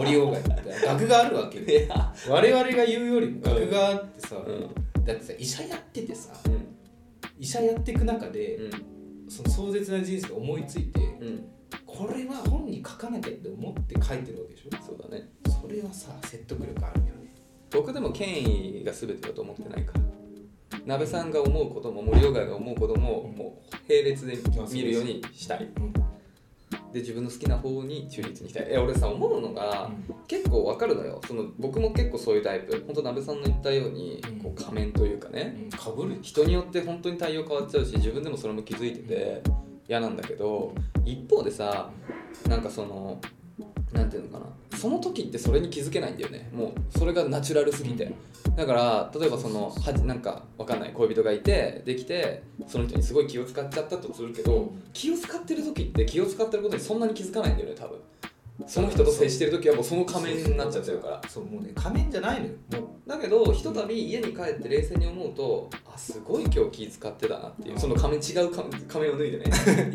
[SPEAKER 1] 森鴎外って学があるわけよ
[SPEAKER 2] いや
[SPEAKER 1] 我々が言うよりも学があってさ、
[SPEAKER 2] うん
[SPEAKER 1] だってさ医者やっててさ
[SPEAKER 2] うん
[SPEAKER 1] 医者やっていく中
[SPEAKER 2] う
[SPEAKER 1] で、
[SPEAKER 2] ん
[SPEAKER 1] その壮絶な人生が思いついて、
[SPEAKER 2] うん
[SPEAKER 1] これは本に書かなきゃって思って書いてるわけでしょ
[SPEAKER 2] そうだね
[SPEAKER 1] それはさ説得力あるよね
[SPEAKER 2] 僕でも権威が全てだと思ってないから鍋さんが思うことも森鴎外が思うことももう並列で見るようにしたいで自分の好きな方に中立にしたいえ俺さ思うのが、結構わかるのよその僕も結構そういうタイプ本当鍋さんの言ったように、
[SPEAKER 1] うん
[SPEAKER 2] こう仮面というかね、
[SPEAKER 1] うんかぶる
[SPEAKER 2] 人によって本当に対応変わっちゃうし自分でもそれも気づいてて嫌なんだけど一方でさなんかそのなんていうのかなその時ってそれに気づけないんだよねもうそれがナチュラルすぎてだから例えばそのはじなんかわかんない恋人がいてできてその人にすごい気を使っちゃったとするけど気を使ってる時って気を使ってることにそんなに気づかないんだよね多分その人と接してる時はもうその仮面になっちゃってるから
[SPEAKER 1] そうもうね仮面じゃないのよも
[SPEAKER 2] だけどひとたび家に帰って冷静に思うとあすごい今日気使ってたなっていうその仮面違う仮仮面を脱いでね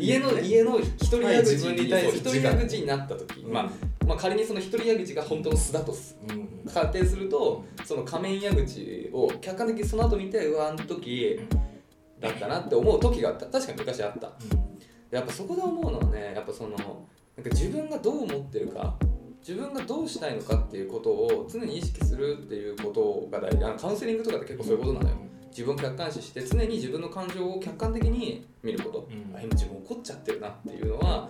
[SPEAKER 2] 家の家の一人
[SPEAKER 1] はい
[SPEAKER 2] 矢口
[SPEAKER 1] 自分
[SPEAKER 2] に
[SPEAKER 1] に対する
[SPEAKER 2] 一人矢口になった時、
[SPEAKER 1] う、
[SPEAKER 2] まあ、まあ仮にその一人矢口が本当の素だとす
[SPEAKER 1] うん
[SPEAKER 2] 仮定するとその仮面矢口を客観的にその後見てうわあの時だったなって思う時がた確かに昔あったやっぱそこで思うのはねやっぱそのなんか自分がどう思ってるか自分がどうしたいのかっていうことを常に意識するっていうことが大事あのカウンセリングとかって結構そういうことなのよ自分を客観視して常に自分の感情を客観的に見ること、
[SPEAKER 1] うん
[SPEAKER 2] あ今自分怒っちゃってるなっていうのは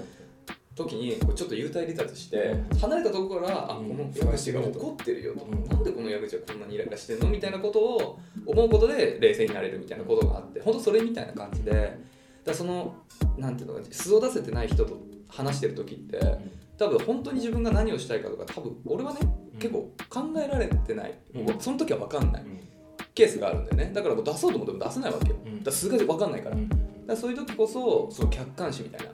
[SPEAKER 2] 時にこうちょっと幽体離脱して離れたところから、あ
[SPEAKER 1] うん
[SPEAKER 2] この矢口が怒ってるよと、
[SPEAKER 1] うん
[SPEAKER 2] なんでこの矢口はこんなにイライラしてんのみたいなことを思うことで冷静になれるみたいなことがあって本当それみたいな感じでだからそのなんていうのか素を出せてない人と話してる時って多分本当に自分が何をしたいかとか多分俺はね結構考えられてない、
[SPEAKER 1] うん
[SPEAKER 2] その時は分かんないケースがあるんだよねだからもう出そうと思っても出せないわけよ、
[SPEAKER 1] うん
[SPEAKER 2] だから数が分かんないから,、
[SPEAKER 1] うん
[SPEAKER 2] だからそういう時こそその客観視みたいな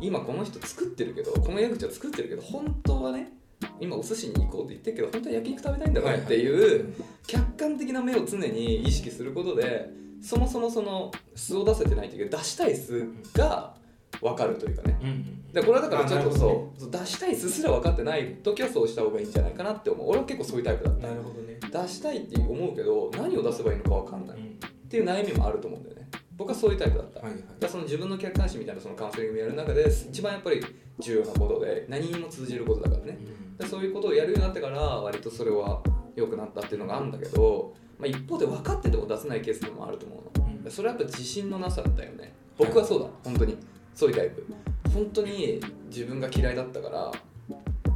[SPEAKER 2] 今この人作ってるけどこの矢口は作ってるけど本当はね今お寿司に行こうって言ってるけど本当は焼肉食べたいんだからっていう客観的な目を常に意識することでそもそもその素を出せてないというか出したい素が分かるというかねでこれはだからちょっとそうそう出したい素すら分かってない時はそうした方がいいんじゃないかなって思う俺は結構そういうタイプだっ
[SPEAKER 1] なるほどね
[SPEAKER 2] た出したいって思うけど何を出せばいいのか分かんないっていう悩みもあると思うんだよね僕はそういうタイプだった、
[SPEAKER 1] はいはい
[SPEAKER 2] だからその自分の客観視みたいなそのカウンセリングをやる中で一番やっぱり重要なことで何にも通じることだからねでそういうことをやるようになってから割とそれは良くなったっていうのがあるんだけど、まあ、一方で分かってても出せないケースでもあると思うのそれはやっぱ自信のなさだったよね僕はそうだ本当にそういうタイプ本当に自分が嫌いだったから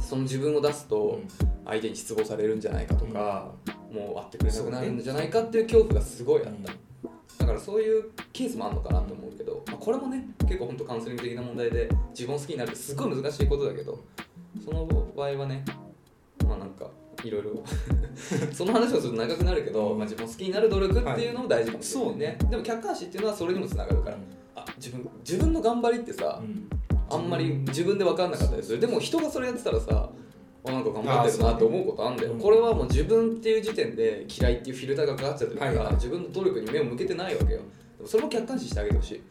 [SPEAKER 2] その自分を出すと相手に失望されるんじゃないかとか、もう会ってくれなくなるんじゃないかっていう恐怖がすごいあった、だからそういうケースもあるのかなと思うけど、まあ、これもね結構本当カウンセリング的な問題で自分を好きになるってすごい難しいことだけどその場合はねまあなんかいろいろ その話をすると長くなるけど、まあ、自分を好きになる努力っていうのも大事かもしれないね、でも客観視っていうのはそれにもつながるから、あ自分自分の頑張りってさ、あんまり自分で分かんなかったりするでも人がそれやってたらさあなんか頑張ってるなって思うことあんだよ、
[SPEAKER 1] うん
[SPEAKER 2] これはもう自分っていう時点で嫌いっていうフィルターがかかっちゃってるから、
[SPEAKER 1] はいはい
[SPEAKER 2] 自分の努力に目を向けてないわけよでもそれも客観視してあげてほしい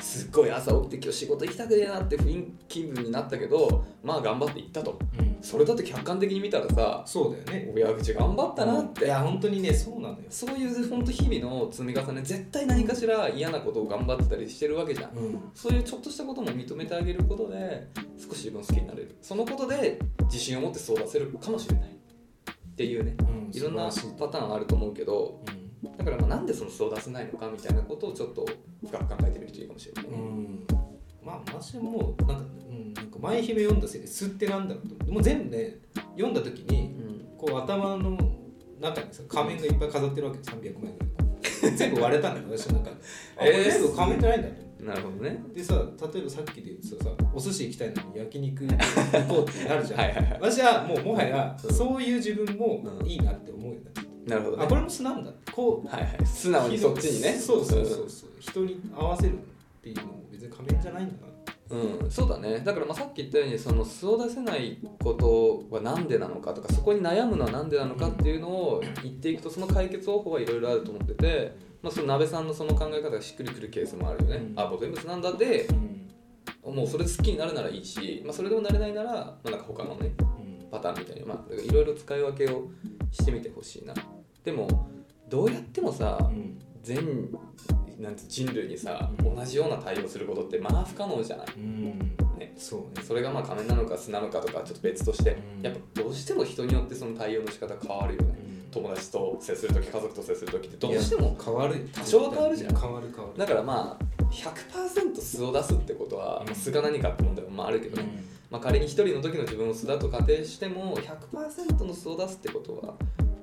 [SPEAKER 2] すっごい朝起きて今日仕事行きたくねえなって雰囲気分になったけどまあ頑張って行ったとそれだって客観的に見たらさ
[SPEAKER 1] そうだよね
[SPEAKER 2] 親口頑張ったなって、
[SPEAKER 1] いや本当にねそうなのよ
[SPEAKER 2] そういう本当日々の積み重ね絶対何かしら嫌なことを頑張ってたりしてるわけじゃんそういうちょっとしたことも認めてあげることで少し自分を好きになれるそのことで自信を持ってそう出せるかもしれないっていうねいろんなパターンあると思うけどだからまあなんでそのそう出せないのかみたいなことをちょっと深く考えてみるといいかもしれないね、
[SPEAKER 1] うんまあ私もうなんか,、うん、なんか前姫読んだせいですってなんだろうと思ってもう全部ね読んだ時にこう頭の中にさ仮面がいっぱい飾ってるわけ300枚ぐらい全部割れたんだよ私の中で、あこれ
[SPEAKER 2] えー
[SPEAKER 1] 全部仮面じゃないんだと思って
[SPEAKER 2] なるほどね
[SPEAKER 1] でさ例えばさっきで言ってたさお寿司行きたいのに焼肉行こうってなるじゃん
[SPEAKER 2] はいはいはい
[SPEAKER 1] 私はもうもはやそういう自分もいいなって思うようになってき
[SPEAKER 2] なるほ
[SPEAKER 1] た
[SPEAKER 2] ど、ね
[SPEAKER 1] あこれも素なんだこう
[SPEAKER 2] はいはい素直にそっちにね
[SPEAKER 1] そうそうそうそう人に合わせるっていうのも別に仮面じゃないんだな
[SPEAKER 2] うん、そうだねだからまあさっき言ったようにその素を出せないことは何でなのかとかそこに悩むのは何でなのかっていうのを言っていくとその解決方法はいろいろあると思ってて、まあ、その鍋さんのその考え方がしっくりくるケースもあるよね、
[SPEAKER 1] うん
[SPEAKER 2] あ僕全部なんだでもうそれで好きになるならいいし、まあ、それでもなれないなら、まあ、なんか他のねパターンみたいな、まあ、いろいろ使い分けをしてみてほしいなでもどうやってもさ、全なんて人類にさ
[SPEAKER 1] うん
[SPEAKER 2] 同じような対応することってまあ不可能じゃないね
[SPEAKER 1] そうね
[SPEAKER 2] それがまあ仮面なのか素なのかとかちょっと別として、
[SPEAKER 1] うん
[SPEAKER 2] やっぱどうしても人によってその対応の仕方変わるよね友達と接する時家族と接する時ってどうしても
[SPEAKER 1] 変わる
[SPEAKER 2] 多少は変わるじゃん
[SPEAKER 1] 変わる変わる
[SPEAKER 2] だからまあ100%素を出すってことは、
[SPEAKER 1] うん
[SPEAKER 2] 素が何かって問題もまああるけどね、まあ、仮に一人の時の自分を素だと仮定しても100%の素を出すってことは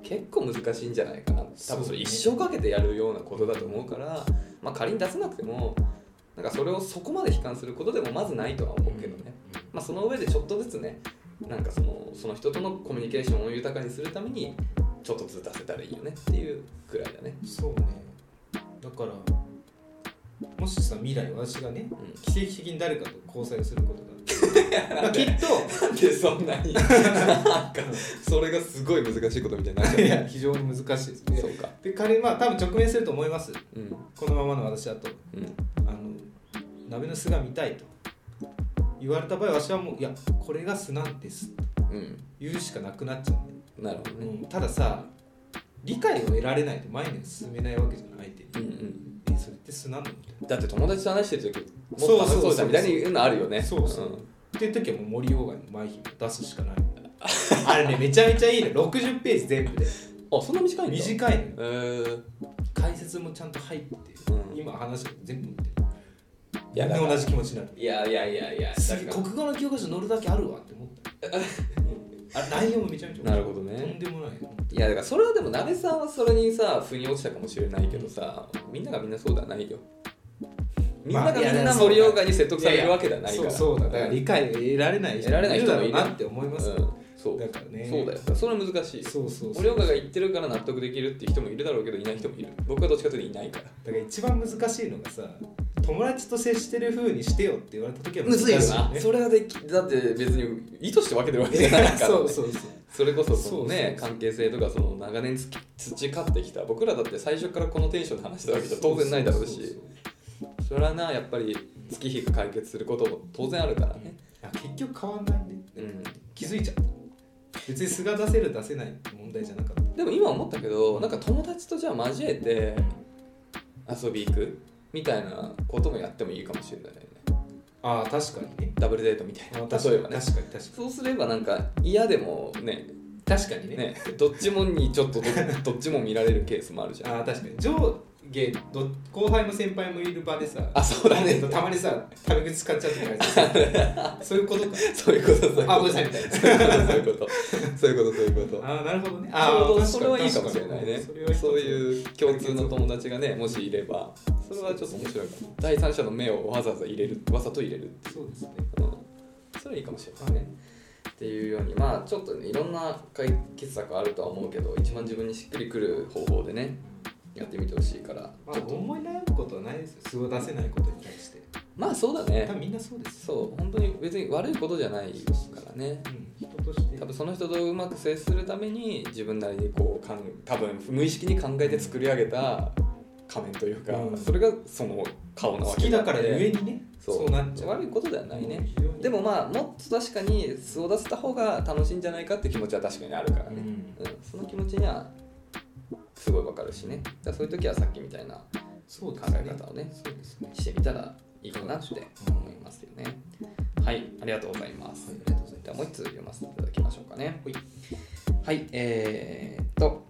[SPEAKER 2] 結構難しいんじゃないかな多分それ一生かけてやるようなことだと思うから、まあ、仮に出せなくてもなんかそれをそこまで悲観することでもまずないとは思うけどね、まあ、その上でちょっとずつねなんかそのその人とのコミュニケーションを豊かにするためにちょっとずつ出せたらいいよねっていうくらいだね。
[SPEAKER 1] そうねだからもしさ未来私がね
[SPEAKER 2] うん
[SPEAKER 1] 奇跡的に誰かと交際をすることが きっと
[SPEAKER 2] なんでそん なになんかそれがすごい難しいことみたいになっち
[SPEAKER 1] い
[SPEAKER 2] ゃ
[SPEAKER 1] や
[SPEAKER 2] う
[SPEAKER 1] 非常に難しいです
[SPEAKER 2] ね
[SPEAKER 1] ね
[SPEAKER 2] そうか
[SPEAKER 1] で彼まあ多分直面すると思います
[SPEAKER 2] うん
[SPEAKER 1] このままの私だと
[SPEAKER 2] うん
[SPEAKER 1] あの鍋の巣が見たいと言われた場合私はもういやこれが巣なんですと
[SPEAKER 2] うん
[SPEAKER 1] 言うしかなくなっちゃうね
[SPEAKER 2] なるほどね
[SPEAKER 1] うん、たださ理解を得られないと前に進めないわけじゃない相手に、
[SPEAKER 2] うんうん
[SPEAKER 1] えそれって素なのみたいな
[SPEAKER 2] だって友達と話してる時
[SPEAKER 1] そう
[SPEAKER 2] もっと話そうじゃんみたいに言うのあるよね
[SPEAKER 1] そうそう、っていう時はもう森鴎外のマイヒを出すしかないあれねめちゃめちゃいいね60ページ全部で
[SPEAKER 2] うんあそんな短いんだい
[SPEAKER 1] 短いのよ
[SPEAKER 2] えー、
[SPEAKER 1] 解説もちゃんと入って
[SPEAKER 2] うん
[SPEAKER 1] 今話してる全部見て
[SPEAKER 2] いや
[SPEAKER 1] みんな同じ気持ちになる
[SPEAKER 2] いやいやいやいや
[SPEAKER 1] す
[SPEAKER 2] だ
[SPEAKER 1] げえ
[SPEAKER 2] から
[SPEAKER 1] 国語の教科書載るだけあるわって思った よあれ内容もめちゃめちゃ面白い
[SPEAKER 2] なるほどね
[SPEAKER 1] とんでもないよ
[SPEAKER 2] いやだからそれはでも鍋さんはそれにさ腑に落ちたかもしれないけどさみんながみんなそうではないよみんな
[SPEAKER 1] まあ
[SPEAKER 2] がみ
[SPEAKER 1] いや
[SPEAKER 2] ん
[SPEAKER 1] いや
[SPEAKER 2] な
[SPEAKER 1] そうだ
[SPEAKER 2] 森岡に説得されるわけではないから
[SPEAKER 1] そうそうだだから理解を得られない
[SPEAKER 2] 得られない人もいる
[SPEAKER 1] だろうなって思いますよ、
[SPEAKER 2] うんそう
[SPEAKER 1] だからね
[SPEAKER 2] そうだよそれは難しいよ
[SPEAKER 1] そうそうそう
[SPEAKER 2] 森岡が言ってるから納得できるって人もいるだろうけどいない人もいる僕はどっちかというといないから
[SPEAKER 1] だから一番難しいのがさ友達と接してる風にしてよって言われた時は
[SPEAKER 2] む
[SPEAKER 1] 難し
[SPEAKER 2] ず
[SPEAKER 1] い
[SPEAKER 2] いよ
[SPEAKER 1] よ
[SPEAKER 2] な
[SPEAKER 1] ね
[SPEAKER 2] それはできだって別に意図して分けてるわけじゃないから、ね、
[SPEAKER 1] そうそうそう
[SPEAKER 2] それこそそのね
[SPEAKER 1] そうそうそう
[SPEAKER 2] 関係性とかその長年つ培ってきた僕らだって最初からこのテンションで話してたわけじゃ当然ないだろう
[SPEAKER 1] そそ
[SPEAKER 2] し
[SPEAKER 1] そう
[SPEAKER 2] それはなやっぱり月日が解決することも当然あるからね
[SPEAKER 1] いや結局変わんないね、
[SPEAKER 2] うん
[SPEAKER 1] 気づいちゃった別に素が出せる出せないって問題じゃなかった
[SPEAKER 2] でも今思ったけどなんか友達とじゃあ交えて遊び行くみたいなこともやってもいいかもしれないね
[SPEAKER 1] ああ確かにね
[SPEAKER 2] ダブルデートみたいな
[SPEAKER 1] あー
[SPEAKER 2] 例えばね
[SPEAKER 1] 確かに確かに
[SPEAKER 2] そうすればなんか嫌でもね
[SPEAKER 1] 確かにね
[SPEAKER 2] ねどっちもにちょっ とどどっちも見られるケースもあるじゃん
[SPEAKER 1] ああ確かに上下ど後輩も先輩もいる場でさ
[SPEAKER 2] あそうだね
[SPEAKER 1] たまにさタメ口使っちゃうと かそういうことか
[SPEAKER 2] そういうことそういうこと
[SPEAKER 1] あごめんなさいみたいな
[SPEAKER 2] そういうことそういうことそういうことそういうこと
[SPEAKER 1] ああなるほどね
[SPEAKER 2] ち
[SPEAKER 1] あ
[SPEAKER 2] ょうど
[SPEAKER 1] あ
[SPEAKER 2] それはいいかもしれないね
[SPEAKER 1] それはいいか
[SPEAKER 2] そ
[SPEAKER 1] もし
[SPEAKER 2] う
[SPEAKER 1] れない
[SPEAKER 2] いう共通の友達がねもしいればそれはちょっと面白いかも第三者の目をわざわざ入れるわざと入れる、
[SPEAKER 1] そうですね
[SPEAKER 2] うん、それはいいかもしれないねっていうようにまあちょっとねいろんな解決策あるとは思うけど一番自分にしっくりくる方法でねやってみてほしいから
[SPEAKER 1] まあ、思い悩むことはないですよ。素を出せないことに対して。
[SPEAKER 2] まあそうだ
[SPEAKER 1] 多
[SPEAKER 2] ね
[SPEAKER 1] 分みんなそうですよ。
[SPEAKER 2] そう本当に別に悪いことじゃないからね
[SPEAKER 1] うん、人として。
[SPEAKER 2] 多分その人とうまく接するために自分なりにこうかん多分無意識に考えて作り上げた仮面というか、
[SPEAKER 1] うん
[SPEAKER 2] それがその顔なわ
[SPEAKER 1] 好
[SPEAKER 2] け
[SPEAKER 1] き
[SPEAKER 2] であ
[SPEAKER 1] だ
[SPEAKER 2] って
[SPEAKER 1] からゆえにね、
[SPEAKER 2] そ
[SPEAKER 1] そううなっちゃう。
[SPEAKER 2] 悪いことではないね、
[SPEAKER 1] 非常に
[SPEAKER 2] でも、まあもっと確かに素を出せた方が楽しいんじゃないかって気持ちは確かにあるから
[SPEAKER 1] う
[SPEAKER 2] ね、
[SPEAKER 1] ん
[SPEAKER 2] うんその気持ちにはすごいわかるしねだからそういう時はさっきみたいな
[SPEAKER 1] そうで
[SPEAKER 2] 考
[SPEAKER 1] すね。
[SPEAKER 2] え方をね
[SPEAKER 1] そうですね。
[SPEAKER 2] してみたらいいかなって思いますよね。はい、ありがとうございます。
[SPEAKER 1] はいありがとうございます
[SPEAKER 2] ではもう一つ読ませていただきましょうかね。
[SPEAKER 1] はい、
[SPEAKER 2] はい、えー、っと、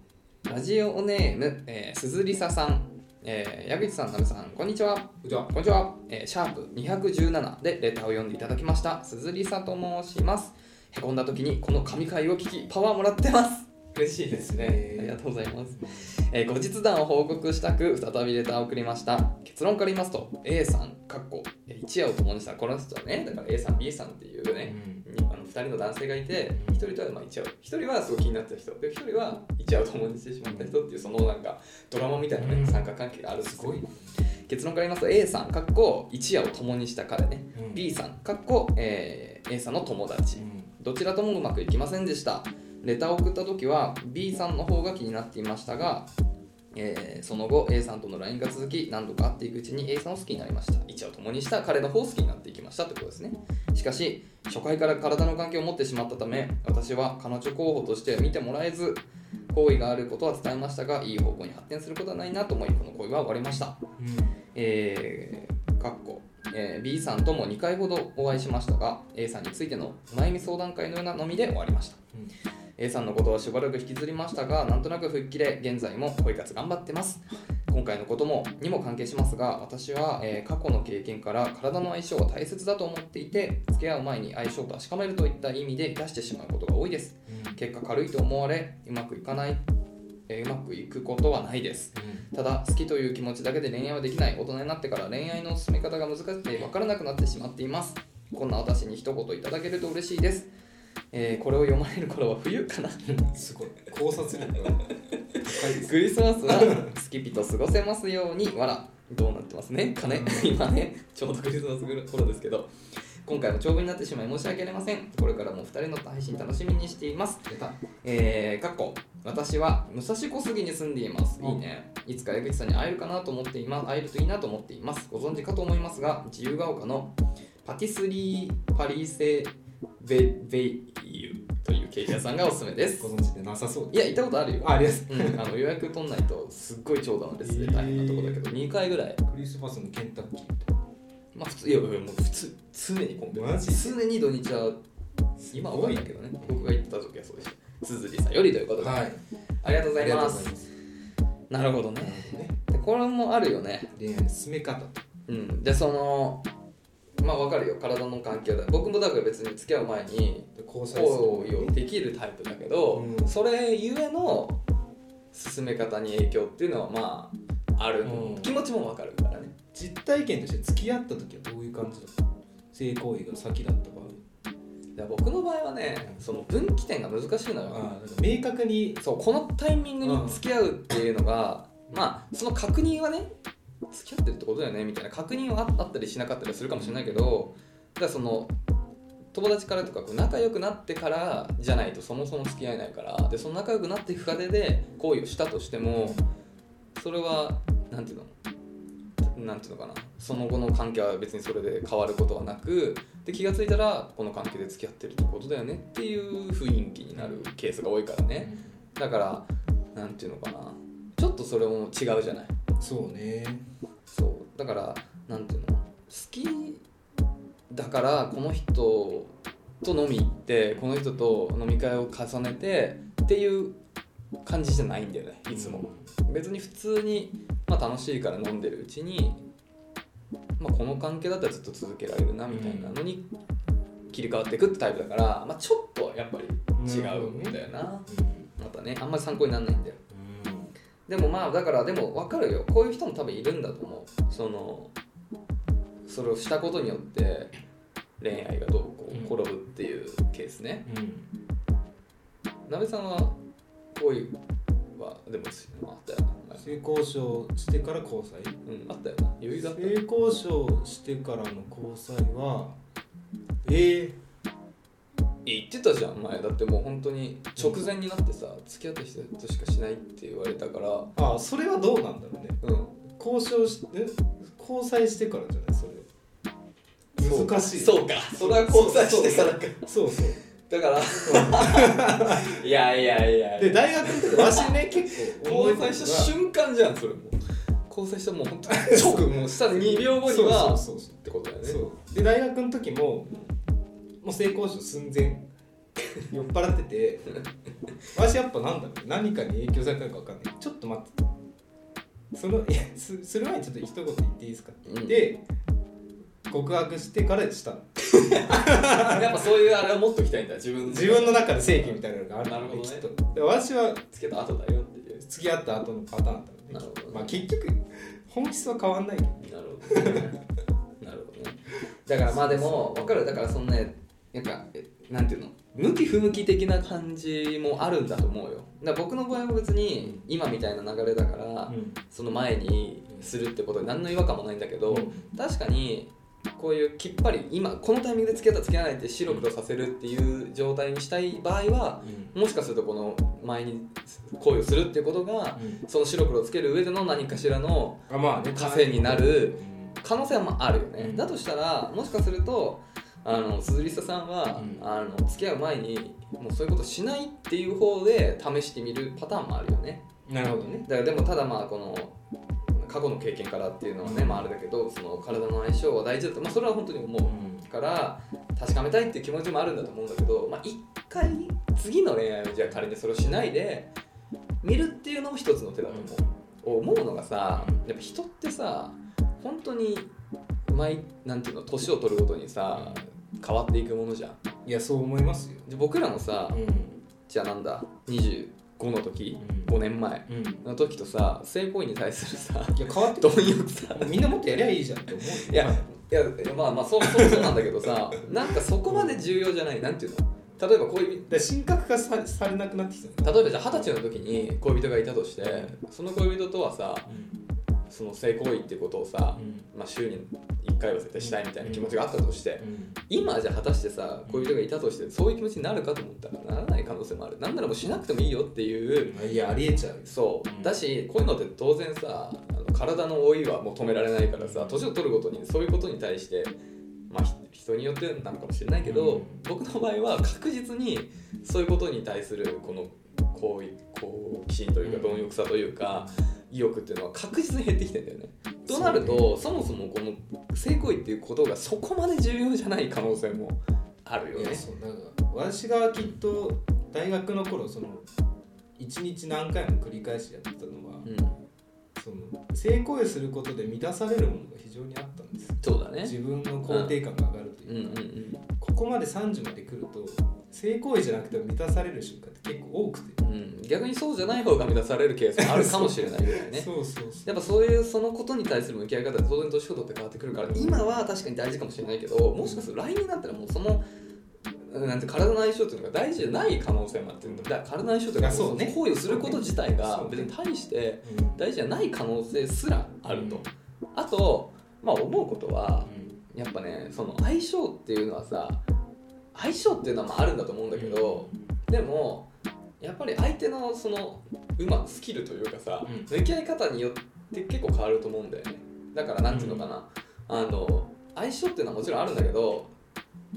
[SPEAKER 2] ラジオネーム、えー、鈴りささん、えー、矢口さん、なべさん、こんにちは。
[SPEAKER 1] じゃあ、
[SPEAKER 2] こんにちは、えーシャープ217でレターを読んでいただきました鈴りさと申しますへこんだ時にこの神回を聞きパワーもらってます嬉しいですね
[SPEAKER 1] えー
[SPEAKER 2] ありがとうございますえー後日談を報告したく再びレターを送りました結論から言いますと A さんかっこえー一夜を共にしたこの人はねだから A さん B さんっていうね、にあの2人の男性がいて1人とはまあ一夜を1人はすごい気になってた人で1人は一夜を共にしてしまった人っていうそのなんかドラマみたいな、
[SPEAKER 1] う
[SPEAKER 2] ね、
[SPEAKER 1] ん
[SPEAKER 2] 三角関係があるんですすよ
[SPEAKER 1] ごいね。
[SPEAKER 2] 結論から言いますと A さんかっこ一夜を共にした彼ね、
[SPEAKER 1] うん
[SPEAKER 2] B さんかっこ、えー A さんの友達、
[SPEAKER 1] うん
[SPEAKER 2] どちらともうまくいきませんでしたレターを送った時は B さんの方が気になっていましたが、えーその後 A さんとの LINE が続き何度か会っていくうちに A さんを好きになりました一夜を共にした彼の方を好きになっていきましたってことですねしかし初回から体の関係を持ってしまったため私は彼女候補として見てもらえず好意があることは伝えましたがいい方向に発展することはないなと思いこの恋は終わりましたえー、かっこ、えー B さんとも2回ほどお会いしましたが A さんについてのお悩み相談会のようなのみで終わりました
[SPEAKER 1] うん
[SPEAKER 2] A さんのことはしばらく引きずりましたがなんとなく復帰で現在も恋活頑張ってます今回のこともにも関係しますが私は、えー過去の経験から体の相性は大切だと思っていて付き合う前に相性を確かめるといった意味で出してしまうことが多いです結果軽いと思われうまくいかない、えーうまくいくことはないですただ好きという気持ちだけで恋愛はできない大人になってから恋愛の進め方が難しくて分からなくなってしまっていますこんな私に一言いただけると嬉しいです、えーこれを読まれる頃は冬かな
[SPEAKER 1] うんすごい。考察力が高いです
[SPEAKER 2] クリスマスはスキピと過ごせますようにわらどうなってますねかね今ねちょうどクリスマス頃ですけど今回も長文になってしまい申し訳ありませんこれからもお二人の配信楽しみにしています
[SPEAKER 1] 出た
[SPEAKER 2] えー、かっこ私は武蔵小杉に住んでいます。
[SPEAKER 1] うん
[SPEAKER 2] いいね。いつか江口さんに会えるかなと思っています。会えるといいなと思っています。ご存知かと思いますが、自由が丘のパティスリーパリーセベベイユというケーキ屋さんがおすすめです
[SPEAKER 1] ご。存知でなさそう
[SPEAKER 2] いや、行ったことあるよ。
[SPEAKER 1] あありがとうござい
[SPEAKER 2] うん、あの予約取んないとすっごい長蛇の列で大変なとこだけど、2回ぐらい。
[SPEAKER 1] ますクリスマスのケンタッキーみたい
[SPEAKER 2] まあ普通、いやいやもう普通、常に混んでる
[SPEAKER 1] マジ
[SPEAKER 2] 常に土日は、
[SPEAKER 1] な
[SPEAKER 2] 今は多いんだけどね。僕が行った時はそうでした。つづりさんよりということで、
[SPEAKER 1] はい
[SPEAKER 2] ありがとうございます。
[SPEAKER 1] す
[SPEAKER 2] なるほどね。
[SPEAKER 1] ね
[SPEAKER 2] でこれもあるよね。
[SPEAKER 1] 恋愛の進め方と
[SPEAKER 2] うん。で、その、まあわかるよ。体の関係だ。僕もだから別に付き合う前に、
[SPEAKER 1] 交際する
[SPEAKER 2] 行為をできるタイプだけど、
[SPEAKER 1] うん
[SPEAKER 2] それゆえの進め方に影響っていうのはまあ、ある、
[SPEAKER 1] うん
[SPEAKER 2] 気持ちもわかるからね。
[SPEAKER 1] 実体験として付き合った時はどういう感じだった性行為が先だった場合
[SPEAKER 2] で僕の場合はね、その分岐点が難しいのよ。
[SPEAKER 1] ああだから明確に
[SPEAKER 2] そうこのタイミングに付き合うっていうのが、まあその確認はね付き合ってるってことだよねみたいな確認はああったりしなかったりするかもしれないけどだからその友達からとかこう仲良くなってからじゃないとそもそも付き合えないからでその仲良くなっていく過程で行為をしたとしてもそれはなんていうのなんていうのかなその後の関係は別にそれで変わることはなくで気がついたらこの関係で付き合ってるってことだよねっていう雰囲気になるケースが多いからね。だからなんていうのかなちょっとそれも違うじゃない
[SPEAKER 1] そうね
[SPEAKER 2] そうだからなんていうの好きだからこの人と飲み行ってこの人と飲み会を重ねてっていう感じじゃないんだよねいつも、別に普通に、まあ、楽しいから飲んでるうちに、まあ、この関係だったらずっと続けられるなみたいなのに切り替わっていくってタイプだから、まあ、ちょっとはやっぱり違うんだよな、またねあんまり参考にならないんだよ
[SPEAKER 1] う
[SPEAKER 2] でもまあだからでも分かるよこういう人も多分いるんだと思うそのそれをしたことによって恋愛がどうこう転ぶっていうケースね
[SPEAKER 1] んうん
[SPEAKER 2] なべさんは恋はでもあったよな、
[SPEAKER 1] 性交渉してから交際
[SPEAKER 2] うん、あったよな余裕だった
[SPEAKER 1] 性交渉してからの交際はええ
[SPEAKER 2] 言ってたじゃん前だってもう本当に直前になってさ付き合った人としかしないって言われたから
[SPEAKER 1] あそれはどうなんだろうね
[SPEAKER 2] うん
[SPEAKER 1] 交渉しえ交際してからじゃないそれ難しい
[SPEAKER 2] そうかそれは交際してからか
[SPEAKER 1] そうそう
[SPEAKER 2] だから いやいやいやい
[SPEAKER 1] で
[SPEAKER 2] や
[SPEAKER 1] 大学の時わしね結構思い
[SPEAKER 2] 交
[SPEAKER 1] 出
[SPEAKER 2] 際
[SPEAKER 1] す
[SPEAKER 2] し
[SPEAKER 1] の
[SPEAKER 2] た
[SPEAKER 1] が
[SPEAKER 2] 瞬間じゃんそれもう交際したもう本当に直もうした2秒後には
[SPEAKER 1] そうそうそう
[SPEAKER 2] ってことだよね
[SPEAKER 1] そうで大学の時ももう性交渉寸 前酔っ払ってて私やっぱなんだろう何かに影響されたのか分かんないちょっと待ってそのいやすする前にちょっと一言言っていいですかって言って、告白してからしたの
[SPEAKER 2] やっぱそういうあれを持っときたいんだ自分
[SPEAKER 1] 自分の中で正義みたいなのがある
[SPEAKER 2] なるほどね
[SPEAKER 1] きっとで私は
[SPEAKER 2] つけた後だよっていう
[SPEAKER 1] 付き合った後のパターンだったので
[SPEAKER 2] なるほどね
[SPEAKER 1] まあ結局本質は変わんないけど
[SPEAKER 2] なるほど、ね、なるほどねだからまあでも分かるだからそのねなんかえなんていうの向き不向き的な感じもあるんだと思うよだから僕の場合は別に今みたいな流れだから、
[SPEAKER 1] うん
[SPEAKER 2] その前にするってことに何の違和感もないんだけど、
[SPEAKER 1] うん
[SPEAKER 2] 確かにこういうきっぱり今このタイミングで付き合った付き合わないって白黒させるっていう状態にしたい場合はもしかするとこの前に恋をするっていうことが
[SPEAKER 1] うん
[SPEAKER 2] その白黒をつける上での何かしらの
[SPEAKER 1] あまあね
[SPEAKER 2] 稼ぎになる
[SPEAKER 1] うん
[SPEAKER 2] 可能性はまああるよね、
[SPEAKER 1] うん
[SPEAKER 2] だとしたらもしかするとあの鈴木さんは、
[SPEAKER 1] うん
[SPEAKER 2] あの付き合う前にもうそういうことしないっていう方で試してみるパターンもあるよね
[SPEAKER 1] なるほどね
[SPEAKER 2] だからでもただまあこの過去の経験からっていうのはね、まあ、あれだけどその体の相性は大事だと、まあ、それは本当に思うから確かめたいっていう気持ちもあるんだと思うんだけど、まあ、一回次の恋愛をじゃあ仮にそれをしないで見るっていうのも一つの手だと思う、思うのがさやっぱ人ってさ本当に毎なんていうの年を取るごとにさ変わっていくものじゃん
[SPEAKER 1] いやそう思いますよ
[SPEAKER 2] で僕らもさ
[SPEAKER 1] う
[SPEAKER 2] じゃあなんだ25の時
[SPEAKER 1] うん
[SPEAKER 2] 5年前
[SPEAKER 1] ん、うん、い
[SPEAKER 2] の時とさ性行為に対するさ
[SPEAKER 1] や変わって
[SPEAKER 2] ど
[SPEAKER 1] る
[SPEAKER 2] ういうさ
[SPEAKER 1] みんなもっとやりゃいいじゃんって思う
[SPEAKER 2] いやいやまあまあそうそうそうなんだけどさ なんかそこまで重要じゃないなんていうの例えば恋人
[SPEAKER 1] で神格化さされなくなってきたよね
[SPEAKER 2] 例えばじゃあ二十歳の時に恋人がいたとしてその恋人とはさその性行為ってことをさ、まあ、週に一回は絶対したいみたいな気持ちがあったとして、
[SPEAKER 1] うん
[SPEAKER 2] 今じゃ果たしてさ恋人がいたとしてそういう気持ちになるかと思ったらならない可能性もあるなんならもうしなくてもいいよっていう
[SPEAKER 1] まあいやありえちゃうよ
[SPEAKER 2] そう、
[SPEAKER 1] うん
[SPEAKER 2] だしこういうのって当然さあの体の老いはもう止められないからさ年を取るごとにそういうことに対してまあひ人によってなのかもしれないけど、
[SPEAKER 1] うん
[SPEAKER 2] 僕の場合は確実にそういうことに対するこの好意好奇心というか
[SPEAKER 1] うん
[SPEAKER 2] 貪欲さというか意欲っていうのは確実に減ってきてんだよね。となるとそもそもこの性行為っていうことがそこまで重要じゃない可能性もあるよ
[SPEAKER 1] い
[SPEAKER 2] ね
[SPEAKER 1] や。そうなんか私がきっと大学の頃その一日何回も繰り返しやってたのは、
[SPEAKER 2] うん、
[SPEAKER 1] その性行為をすることで満たされるものが非常にあったんですよ
[SPEAKER 2] そうだ
[SPEAKER 1] 自
[SPEAKER 2] ね。
[SPEAKER 1] 分の肯定感が上がると
[SPEAKER 2] うん
[SPEAKER 1] いううんか、
[SPEAKER 2] うん
[SPEAKER 1] ここまで30まで来ると性行為じゃなくても満たされる瞬間って結構多くて、
[SPEAKER 2] うん、逆にそうじゃない方が満たされるケースもあるかもしれないぐらいね
[SPEAKER 1] そうそうそう
[SPEAKER 2] やっぱそういうそのことに対する向き合い方は当然年ほどって変わってくるから今は確かに大事かもしれないけどもしかすると来年だったらもうそのうんなんて体の相性というのが大事じゃない可能性もあってだから体の相性というか
[SPEAKER 1] あそうね
[SPEAKER 2] 行為をすること自体が
[SPEAKER 1] そうね
[SPEAKER 2] 別に対して
[SPEAKER 1] うん
[SPEAKER 2] 大事じゃない可能性すらあると、
[SPEAKER 1] うん
[SPEAKER 2] あとまあ思うことは
[SPEAKER 1] うん
[SPEAKER 2] やっぱねその相性っていうのはさ相性っていうのはまああるんだと思うんだけど、でもやっぱり相手のそのうまスキルというかさ、
[SPEAKER 1] うん
[SPEAKER 2] 向き合い方によって結構変わると思うんだよねだからなんていうのかな、あの相性っていうのはもちろんあるんだけど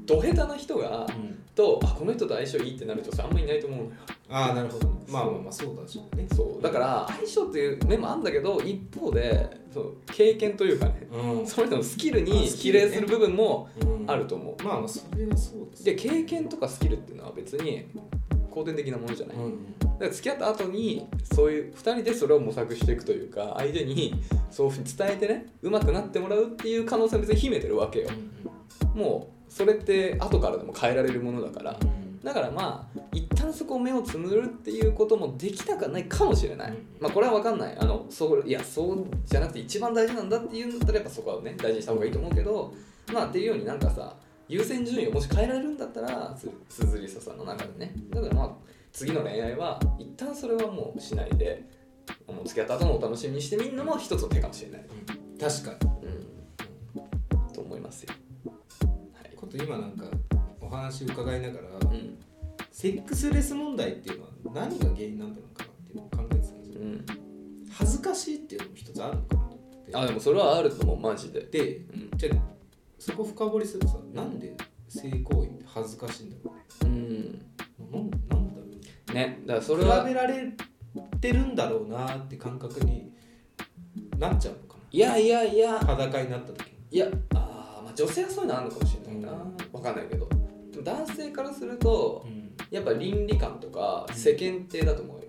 [SPEAKER 2] ド下手な人が
[SPEAKER 1] うん
[SPEAKER 2] とあこの人と相性いいってなる人さあんまいないと思うのよ
[SPEAKER 1] ああなるほどねまあまあまあそうだしょうね
[SPEAKER 2] そうだから相性っていう面もあるんだけど一方でそう経験というかね
[SPEAKER 1] うん
[SPEAKER 2] それのスキル
[SPEAKER 1] あ
[SPEAKER 2] に
[SPEAKER 1] ス
[SPEAKER 2] 比
[SPEAKER 1] キルね
[SPEAKER 2] 例する部分も
[SPEAKER 1] うん
[SPEAKER 2] あると思う、
[SPEAKER 1] まあまあそれはそうです
[SPEAKER 2] で経験とかスキルっていうのは別に後天的なものじゃない、
[SPEAKER 1] うんう
[SPEAKER 2] だ
[SPEAKER 1] ん
[SPEAKER 2] から付き合った後にそういう2人でそれを模索していくというか相手にそういうふうに伝えてね上手くなってもらうっていう可能性は別に秘めてるわけよ
[SPEAKER 1] うんうん
[SPEAKER 2] もうそれって後からでも変えられるものだからだからまあ一旦そこを目をつむるっていうこともできなくはないかもしれない、
[SPEAKER 1] うん
[SPEAKER 2] まあこれは分かんないあのそういやそうじゃなくて一番大事なんだっていうんだったらやっぱそこはね大事にした方がいいと思うけどまあっていうようになんかさ優先順位をもし変えられるんだったらす鈴りささんの中でねだからまあ次の恋愛は一旦それはもうしないでもう付き合った後のお楽しみにしてみるのも一つの手かもしれない、
[SPEAKER 1] うん確かに
[SPEAKER 2] うん、と思いますよはい、
[SPEAKER 1] こと今なんかお話伺いながら、
[SPEAKER 2] うん
[SPEAKER 1] セックスレス問題っていうのは何が原因なんだろうかなっていうのを考えてたんですよ
[SPEAKER 2] うん、
[SPEAKER 1] 恥ずかしいっていうのも一つあるのかなと思って
[SPEAKER 2] あでもそれはあると思うマジで
[SPEAKER 1] で
[SPEAKER 2] うん
[SPEAKER 1] じゃあそこ深掘りするとさなんで性行為って恥ずかしいんだろうね
[SPEAKER 2] うん
[SPEAKER 1] なんなんだろう
[SPEAKER 2] ねだからそれは
[SPEAKER 1] 比べられてるんだろうなって感覚になっちゃうのか
[SPEAKER 2] いやいやいや
[SPEAKER 1] な裸になった時に
[SPEAKER 2] いやあー、まあ、女性はそういうのあるのかもしれないな、
[SPEAKER 1] う
[SPEAKER 2] わかんないけどでも男性からすると
[SPEAKER 1] うん
[SPEAKER 2] やっぱ倫理観とか世間体だと思うよ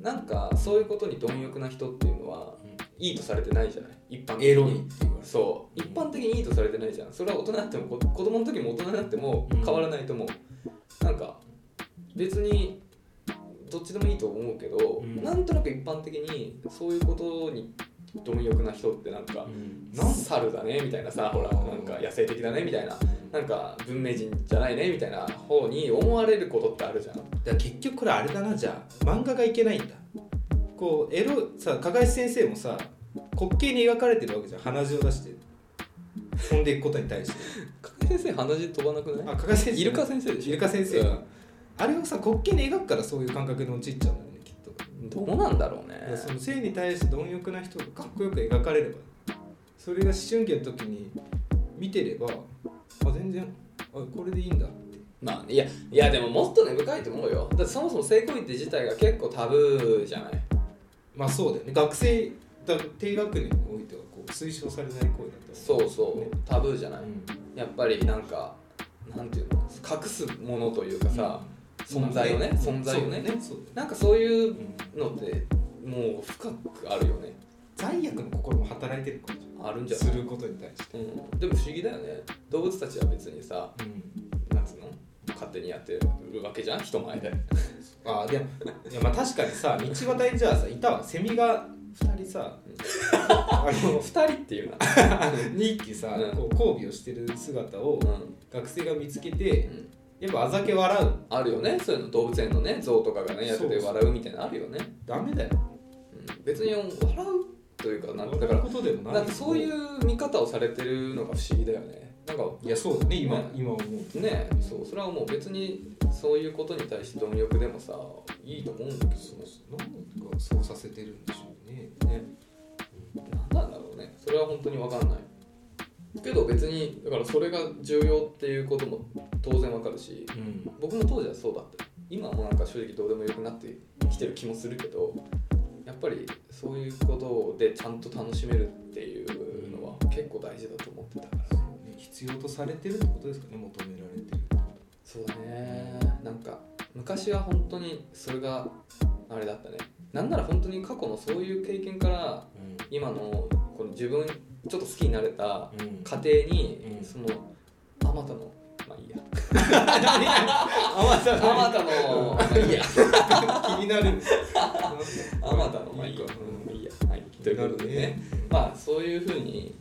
[SPEAKER 2] なんかそういうことに貪欲な人っていうのはいいとされてないじゃない一般的に
[SPEAKER 1] エロいって言われる
[SPEAKER 2] そう一般的にいいとされてないじゃんそれは大人になってもこ子供の時も大人になっても
[SPEAKER 1] うん
[SPEAKER 2] 変わらないと思う、なんか別にどっちでもいいと思うけど、
[SPEAKER 1] うん
[SPEAKER 2] なんとなく一般的にそういうことに貪欲な人ってなんか、
[SPEAKER 1] なんだ
[SPEAKER 2] 猿だねみたいなさほらなんか野生的だねみたいななんか文明人じゃないねみたいな方に思われることってあるじゃん
[SPEAKER 1] だから結局これあれだなじゃあ漫画がいけないんだこうエロさ加賀石先生もさ滑稽に描かれてるわけじゃん鼻血を出 して飛んでいくことに対して
[SPEAKER 2] 加賀先生鼻血飛ばなくない
[SPEAKER 1] あ加賀先生
[SPEAKER 2] イルカ先生でしょ
[SPEAKER 1] イルカ先生
[SPEAKER 2] う
[SPEAKER 1] が、
[SPEAKER 2] ん
[SPEAKER 1] あれをさ滑稽に描くからそういう感覚に陥っちゃうんだよねきっと
[SPEAKER 2] どうなんだろうね
[SPEAKER 1] だからその性に対して貪欲な人がかっこよく描かれればそれが思春期の時に見てればあ全然あこれでいいんだって
[SPEAKER 2] まあね、いやいやでももっと根深いと思うよだってそもそも性行為って自体が結構タブーじゃない
[SPEAKER 1] まあそうだよね学生だ低学年においてはこう推奨されない行為だと思
[SPEAKER 2] そうそうタブーじゃない
[SPEAKER 1] うん
[SPEAKER 2] やっぱりなんかなんていうの隠すものというかさ、存在をね
[SPEAKER 1] うん
[SPEAKER 2] 存在をね
[SPEAKER 1] そうだね
[SPEAKER 2] なんかそうい
[SPEAKER 1] そう
[SPEAKER 2] う
[SPEAKER 1] だね
[SPEAKER 2] のってもう深くあるよね
[SPEAKER 1] 罪悪の心も働いてるかもし
[SPEAKER 2] あるんじ
[SPEAKER 1] れ
[SPEAKER 2] ゃ
[SPEAKER 1] ない
[SPEAKER 2] ない
[SPEAKER 1] することに対して、
[SPEAKER 2] うん、でも不思議だよね動物たちは別にさ
[SPEAKER 1] うん、
[SPEAKER 2] なんつうの勝手にやってるわけじゃん人前で
[SPEAKER 1] ああでもいやまあ確かにさ道端にじゃあさいたわセミが2人さあの
[SPEAKER 2] 二人っていうな、
[SPEAKER 1] 2匹さ、
[SPEAKER 2] うん
[SPEAKER 1] こう交尾をしてる姿を
[SPEAKER 2] うん
[SPEAKER 1] 学生が見つけ
[SPEAKER 2] う
[SPEAKER 1] て
[SPEAKER 2] ん、
[SPEAKER 1] やっぱあざけ笑う
[SPEAKER 2] あるよねそういうの動物園のね象とかがねやってて
[SPEAKER 1] そうそう
[SPEAKER 2] 笑うみたいなのあるよね
[SPEAKER 1] ダメだよ
[SPEAKER 2] うん別に笑うというかなん
[SPEAKER 1] そん
[SPEAKER 2] だ
[SPEAKER 1] な
[SPEAKER 2] から
[SPEAKER 1] ことでもな
[SPEAKER 2] ないんかそういう見方をされてるのが不思議だよねなんか
[SPEAKER 1] いやそうだね今、
[SPEAKER 2] ね
[SPEAKER 1] 今思うと
[SPEAKER 2] ねそうそれはもう別にそういうことに対して貪欲でもさいいと思うんだけ
[SPEAKER 1] そう
[SPEAKER 2] ど
[SPEAKER 1] そうなんかそうさせてるんでしょうねね
[SPEAKER 2] 何なんだろうねそれは本当に分かんないけど別にだからそれが重要っていうことも当然分かるし
[SPEAKER 1] うん
[SPEAKER 2] 僕も当時はそうだった今はもうなんか正直どうでもよくなってきてる気もするけどやっぱりそういうことでちゃんと楽しめるっていうのは結構大事だと思ってたから
[SPEAKER 1] ね必要とされてるってことですかね求められてる
[SPEAKER 2] そうだねなんか昔は本当にそれがあれだったねなんなら本当に過去のそういう経験から今のこの自分ちょっと好きになれた
[SPEAKER 1] うん、うん、
[SPEAKER 2] 過程に、
[SPEAKER 1] うん
[SPEAKER 2] そのあまたのまあいいや あまたのまあいいや
[SPEAKER 1] 気 になる
[SPEAKER 2] あまたのまあいいや
[SPEAKER 1] うん
[SPEAKER 2] まあいいやはいということでねまあそういうふうに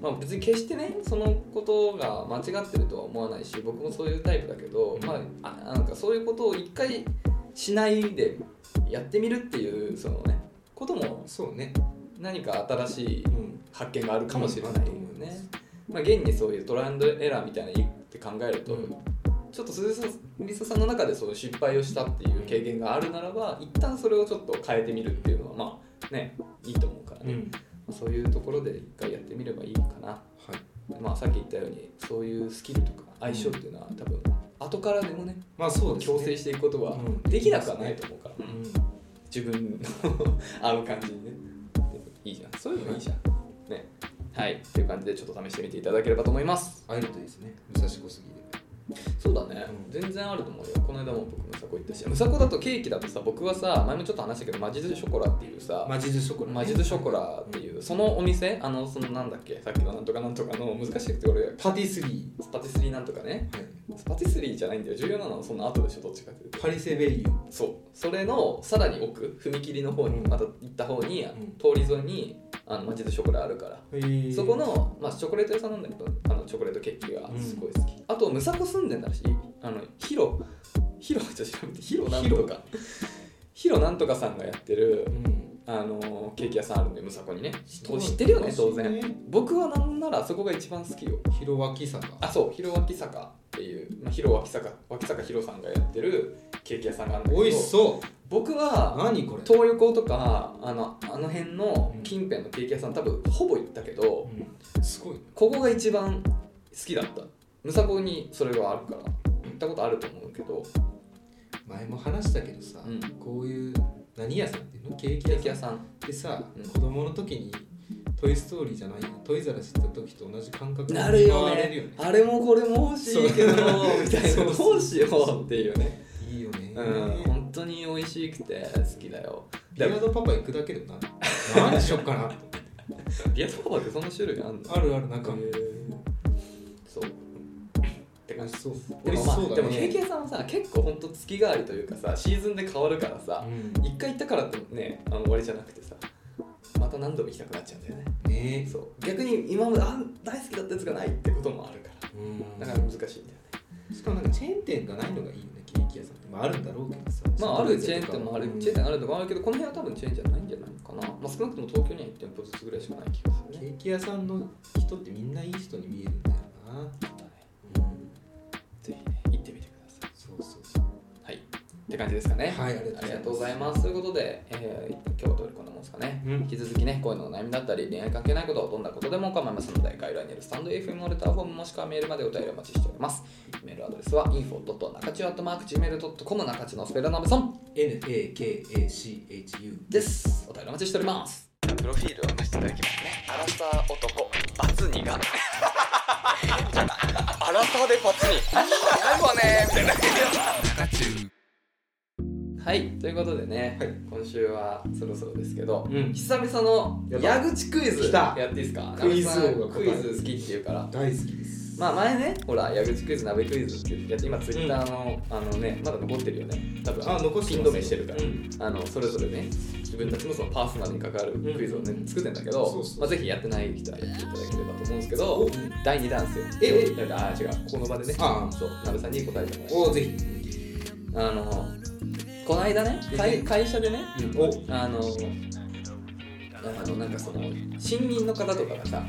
[SPEAKER 2] まあ別に決してねそのことが間違ってるとは思わないし僕もそういうタイプだけど、
[SPEAKER 1] うん
[SPEAKER 2] まああなんかそういうことを一回しないでやってみるっていうそのねことも
[SPEAKER 1] そうね、
[SPEAKER 2] 何か新しい
[SPEAKER 1] うん、
[SPEAKER 2] 発見があるかもしれないよ
[SPEAKER 1] うん
[SPEAKER 2] ね。まあ、現にそういうトライアンドエラーみたいなのって考えると、
[SPEAKER 1] うん
[SPEAKER 2] ちょっと鈴木さんの中でそういう失敗をしたっていう経験があるならば一旦それをちょっと変えてみるっていうのはまあねいいと思うから
[SPEAKER 1] う
[SPEAKER 2] ね、
[SPEAKER 1] ん、
[SPEAKER 2] まあそういうところで一回やってみればいいかな、
[SPEAKER 1] はい
[SPEAKER 2] まあ、さっき言ったようにそういうスキルとか相性っていうのは多分後からでもね
[SPEAKER 1] まあそうですね
[SPEAKER 2] 強制していくことは
[SPEAKER 1] うん
[SPEAKER 2] できなくはないと思うから、
[SPEAKER 1] うん
[SPEAKER 2] 自分の あの感じにねいいじゃんそういうのいいじゃんねはいっていう感じでちょっと試してみていただければと思います
[SPEAKER 1] 会えるといいですね武蔵小杉で
[SPEAKER 2] そうだね、
[SPEAKER 1] うん
[SPEAKER 2] 全然あると思うよこの間も僕ムサコ行ったしムサコだとケーキだとさ僕はさ前もちょっと話したけどマジズショコラっていうさ
[SPEAKER 1] マジズショコラね
[SPEAKER 2] マジズショコラっていうそのお店あのそのなんだっけさっきのなんとかなんとかの難しくて俺
[SPEAKER 1] パティスリ
[SPEAKER 2] スパティスリーなんとかね
[SPEAKER 1] ー、はい、
[SPEAKER 2] スパティスリーじゃないんだよ重要なのはその後でしょどっちかっていうと
[SPEAKER 1] パリセベリー
[SPEAKER 2] そうそれのさらに奥踏切の方に
[SPEAKER 1] うん
[SPEAKER 2] また行った方に、
[SPEAKER 1] ん
[SPEAKER 2] 通り沿いにあのマジでショコラあるから、
[SPEAKER 1] えー
[SPEAKER 2] そこの、まあ、チョコレート屋さんなんだけどあのチョコレートケーキがすごい好き、あとムサコ住んでんだしあのヒロヒロちょっと調べてヒロなんとかヒロなんとかさんがやってる
[SPEAKER 1] うん
[SPEAKER 2] あのケーキ屋さんあるんでムサコにね知
[SPEAKER 1] てる
[SPEAKER 2] ってるよね当
[SPEAKER 1] 知ってる
[SPEAKER 2] 然
[SPEAKER 1] ね
[SPEAKER 2] 僕はなんならそこが一番好きよ
[SPEAKER 1] 広脇坂
[SPEAKER 2] あそう広脇坂っていう、まあ、広脇坂脇坂ヒロさんがやってるケーキ屋さんがあるんだけど
[SPEAKER 1] 美味しそう
[SPEAKER 2] 僕は
[SPEAKER 1] 何これ
[SPEAKER 2] 東横とかあのあの辺の近辺のケーキ屋さん多分ほぼ行ったけど
[SPEAKER 1] うんすごいね
[SPEAKER 2] ここが一番好きだったムサコにそれがあるから行ったことあると思うけど
[SPEAKER 1] 前も話したけどさ、
[SPEAKER 2] うん
[SPEAKER 1] こういう何屋さんっていうのケーキ
[SPEAKER 2] ケ
[SPEAKER 1] 屋
[SPEAKER 2] ーキ
[SPEAKER 1] さん
[SPEAKER 2] 屋さん
[SPEAKER 1] ってさ、
[SPEAKER 2] うん
[SPEAKER 1] 子供の時に「トイ・ストーリー」じゃないよトイザらス行った時と同じ感覚
[SPEAKER 2] なるよ
[SPEAKER 1] 回れ
[SPEAKER 2] ね
[SPEAKER 1] るよね
[SPEAKER 2] あれもこれも欲しいけど
[SPEAKER 1] そう
[SPEAKER 2] みたいな
[SPEAKER 1] そう
[SPEAKER 2] どうしようっていうね
[SPEAKER 1] いいよね、
[SPEAKER 2] うん本当に美味しくて好きだよ
[SPEAKER 1] ビアードパパ行くだけでもな 何でしよっかな
[SPEAKER 2] ビアトーバーってそんな種類あんの
[SPEAKER 1] あるあるなんか
[SPEAKER 2] そうて
[SPEAKER 1] 美
[SPEAKER 2] か
[SPEAKER 1] 味しそう
[SPEAKER 2] で
[SPEAKER 1] 美味
[SPEAKER 2] も
[SPEAKER 1] し
[SPEAKER 2] ま
[SPEAKER 1] そう
[SPEAKER 2] あ
[SPEAKER 1] だね
[SPEAKER 2] でもケーキ屋さんはさ結構ほんと月替わりというかさシーズンで変わるからさ
[SPEAKER 1] うん
[SPEAKER 2] 一回行ったからってねあの終わりじゃなくてさまた何度も行きたくなっちゃうんだよね
[SPEAKER 1] ね
[SPEAKER 2] そう逆に今まであ大好きだったやつがないってこともあるか
[SPEAKER 1] うん
[SPEAKER 2] らだから難しいんだよね
[SPEAKER 1] しかもなんかチェーン店がないのがいいよねケーキ屋さんってまああるんだろうけどさ
[SPEAKER 2] まああるチェーン店もあるチェーン店
[SPEAKER 1] あ
[SPEAKER 2] あるとかもあるけどこの辺は多分チェーンじゃないんじゃないのかなまあ少なくとも東京には1店舗ずつぐらいしかない気がす
[SPEAKER 1] ケ
[SPEAKER 2] るね
[SPEAKER 1] ーキ屋さんの人ってみんないい人に見えるんだよな、うん、
[SPEAKER 2] ぜひね行ってみてください
[SPEAKER 1] そうそうそう
[SPEAKER 2] はいって感じですかね
[SPEAKER 1] はいあり
[SPEAKER 2] あ
[SPEAKER 1] が
[SPEAKER 2] りがと
[SPEAKER 1] とう
[SPEAKER 2] うご
[SPEAKER 1] ご
[SPEAKER 2] ざ
[SPEAKER 1] ざ
[SPEAKER 2] い
[SPEAKER 1] い
[SPEAKER 2] ま。
[SPEAKER 1] ます
[SPEAKER 2] ということで、えー今日はどれこんなもんですかね、
[SPEAKER 1] うん
[SPEAKER 2] 引き続きね、恋のお悩みだったり、恋愛関係ないこと、どんなことでも構いませんので、概要欄にあるスタンド FM のレターフォームもしくはメールまでお便りお待ちしております。メールアドレスは info.nakachu.gmail.com 中中のスペルナムソン
[SPEAKER 1] NAKACHU
[SPEAKER 2] です。お便りお待ちしております。プロフィールを見せていただきますね。アラサー男、バツニが。アラサーでバツニ。なんかねみたいな。 はい、ということでね、
[SPEAKER 1] はい
[SPEAKER 2] 今週はそろそろですけど、
[SPEAKER 1] うん
[SPEAKER 2] 久々の
[SPEAKER 1] やった
[SPEAKER 2] 矢口クイズ
[SPEAKER 1] 来た
[SPEAKER 2] やっていいですか
[SPEAKER 1] クイズ王が
[SPEAKER 2] 中村さんク
[SPEAKER 1] 答え
[SPEAKER 2] イ
[SPEAKER 1] る
[SPEAKER 2] ズ好きっていうから
[SPEAKER 1] 大好きです
[SPEAKER 2] まあ前ねほら矢口クイズ鍋クイズっていうやつ今ツイッターの、あのねまだ残ってるよね多分
[SPEAKER 1] あ残して
[SPEAKER 2] ピン
[SPEAKER 1] ます
[SPEAKER 2] 止めしてるから、
[SPEAKER 1] うん
[SPEAKER 2] あのそれぞれね自分たちのそのパーソナルに関わるクイズをね、
[SPEAKER 1] うん
[SPEAKER 2] 作ってんだけど
[SPEAKER 1] そうそう
[SPEAKER 2] まあ、ぜひやってない人はやっていただければと思うんですけど、
[SPEAKER 1] お
[SPEAKER 2] 第2弾ですよ
[SPEAKER 1] ええ
[SPEAKER 2] あ違うこの場でね
[SPEAKER 1] ああ
[SPEAKER 2] そう鍋さんに答えてもらいます
[SPEAKER 1] おぜひ
[SPEAKER 2] あのこの間ね会会社でね、
[SPEAKER 1] お
[SPEAKER 2] あのあのなんかその新任の方とかがさ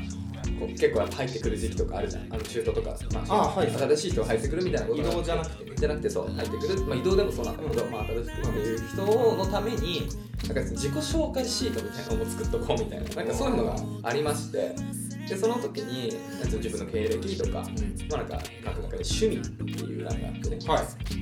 [SPEAKER 2] こう結構やっぱ入ってくる時期とかあるじゃんあの中途とか、ま
[SPEAKER 1] あはい
[SPEAKER 2] 新しい人が入ってくるみたいなこと
[SPEAKER 1] 移
[SPEAKER 2] が
[SPEAKER 1] 動じゃなくてね
[SPEAKER 2] じゃなくてそう入ってくる、まあ、移動でもそうなんだけど、まあ、新しくっていう人のためになんか自己紹介シートみたいなのも作っとこうみたいななんかそういうのがありましてでその時になんか自分の経歴とか、まあ、なんか書く中で趣味っていう欄があってね、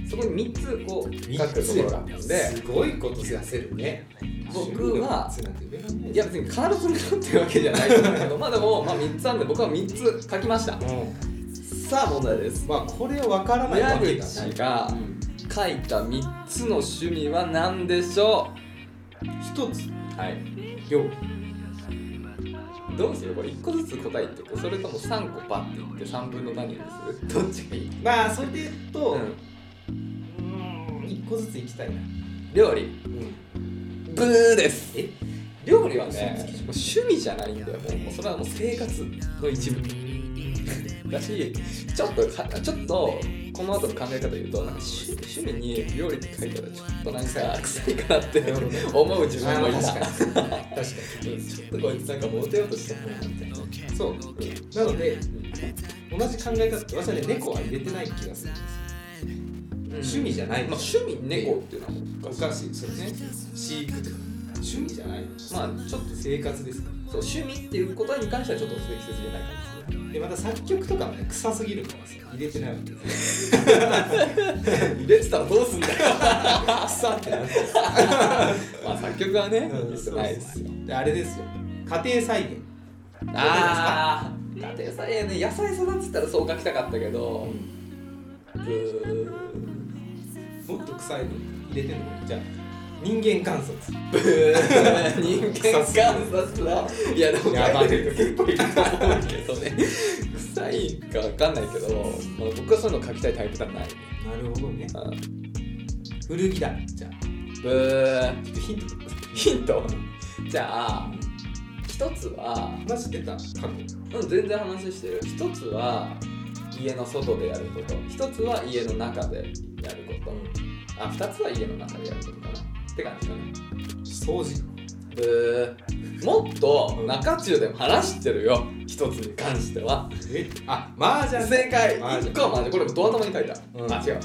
[SPEAKER 2] そこに3つこう書くところがあったんです
[SPEAKER 1] ごいこと痩せるね
[SPEAKER 2] 僕は
[SPEAKER 1] 趣味の三つなんて上がない
[SPEAKER 2] いや別に必ず書くっていうわけじゃないと思うんだけどまあでも、まあ、3つあるんで僕は3つ書きました
[SPEAKER 1] うん
[SPEAKER 2] さあ問題です
[SPEAKER 1] まあこれわからない
[SPEAKER 2] 村
[SPEAKER 1] わけがない
[SPEAKER 2] 口が
[SPEAKER 1] うん
[SPEAKER 2] 書いた3つの趣味は何でしょ
[SPEAKER 1] 一つ
[SPEAKER 2] うはい
[SPEAKER 1] よ
[SPEAKER 2] どうするこれ1個ずつ答えていくそれとも3個パッていって3分の何にするどっちがいい、
[SPEAKER 1] まあそれで言うと、
[SPEAKER 2] うん、
[SPEAKER 1] うん一個ずつ行きたいな、
[SPEAKER 2] 料理
[SPEAKER 1] うん、
[SPEAKER 2] ブーです
[SPEAKER 1] え
[SPEAKER 2] 料理はねもう趣味じゃないんだよもうもうそれはもう生活の一部だしちょっとかちょっとこの後の考え方言うとなんか趣趣味に料理って書いたらちょっとなんか臭いかなって
[SPEAKER 1] なるほどね
[SPEAKER 2] 思う自分もいた
[SPEAKER 1] あー確
[SPEAKER 2] か
[SPEAKER 1] 確か
[SPEAKER 2] にちょっとこいつなんかモテようとしてるなみたいな
[SPEAKER 1] にそうなので同じ考え方私はね猫は入れてない気がするんですよ、趣味じゃない
[SPEAKER 2] まあ趣味猫っていうのはも
[SPEAKER 1] お
[SPEAKER 2] う
[SPEAKER 1] かしいそうね飼育とか趣味じゃない
[SPEAKER 2] まあちょっと
[SPEAKER 1] 生活ですか
[SPEAKER 2] そう趣味っていうことに関してはちょっと不適切じゃないかもしれない
[SPEAKER 1] らでまた作曲とかもね臭すぎるからさ入れてないわけですよ
[SPEAKER 2] 入れてたらどうすんだよ
[SPEAKER 1] 臭ってなる
[SPEAKER 2] まあ作曲はね、
[SPEAKER 1] うん
[SPEAKER 2] 良くないですよ
[SPEAKER 1] であれですよ家庭菜園
[SPEAKER 2] ああ家庭菜園ね野菜育てたらそう書きたかったけどブー
[SPEAKER 1] もっと臭いの入れてんのかなじゃあ人間観察
[SPEAKER 2] ブー人間観察はいやでも
[SPEAKER 1] やばい
[SPEAKER 2] 書いてる人結構いると思うけどね臭いかわかんないけど、まあ、僕はそういうの書きたいタイプじゃないね
[SPEAKER 1] なるほどね
[SPEAKER 2] うん
[SPEAKER 1] 古着だじゃあ
[SPEAKER 2] ブー
[SPEAKER 1] ちょっとヒント
[SPEAKER 2] ヒントじゃあ一つは
[SPEAKER 1] 話出た過去
[SPEAKER 2] うん全然話してる一つは家の外でやること一つは家の中でやること、あ二つは家の中でやることかなって感じだね
[SPEAKER 1] 掃除
[SPEAKER 2] えーもっと中中でも話してるよ一つに関しては
[SPEAKER 1] えあ麻雀
[SPEAKER 2] 正解
[SPEAKER 1] 麻
[SPEAKER 2] 1
[SPEAKER 1] 雀
[SPEAKER 2] 個は麻雀これもドア頭に書いた、
[SPEAKER 1] うん
[SPEAKER 2] あ違う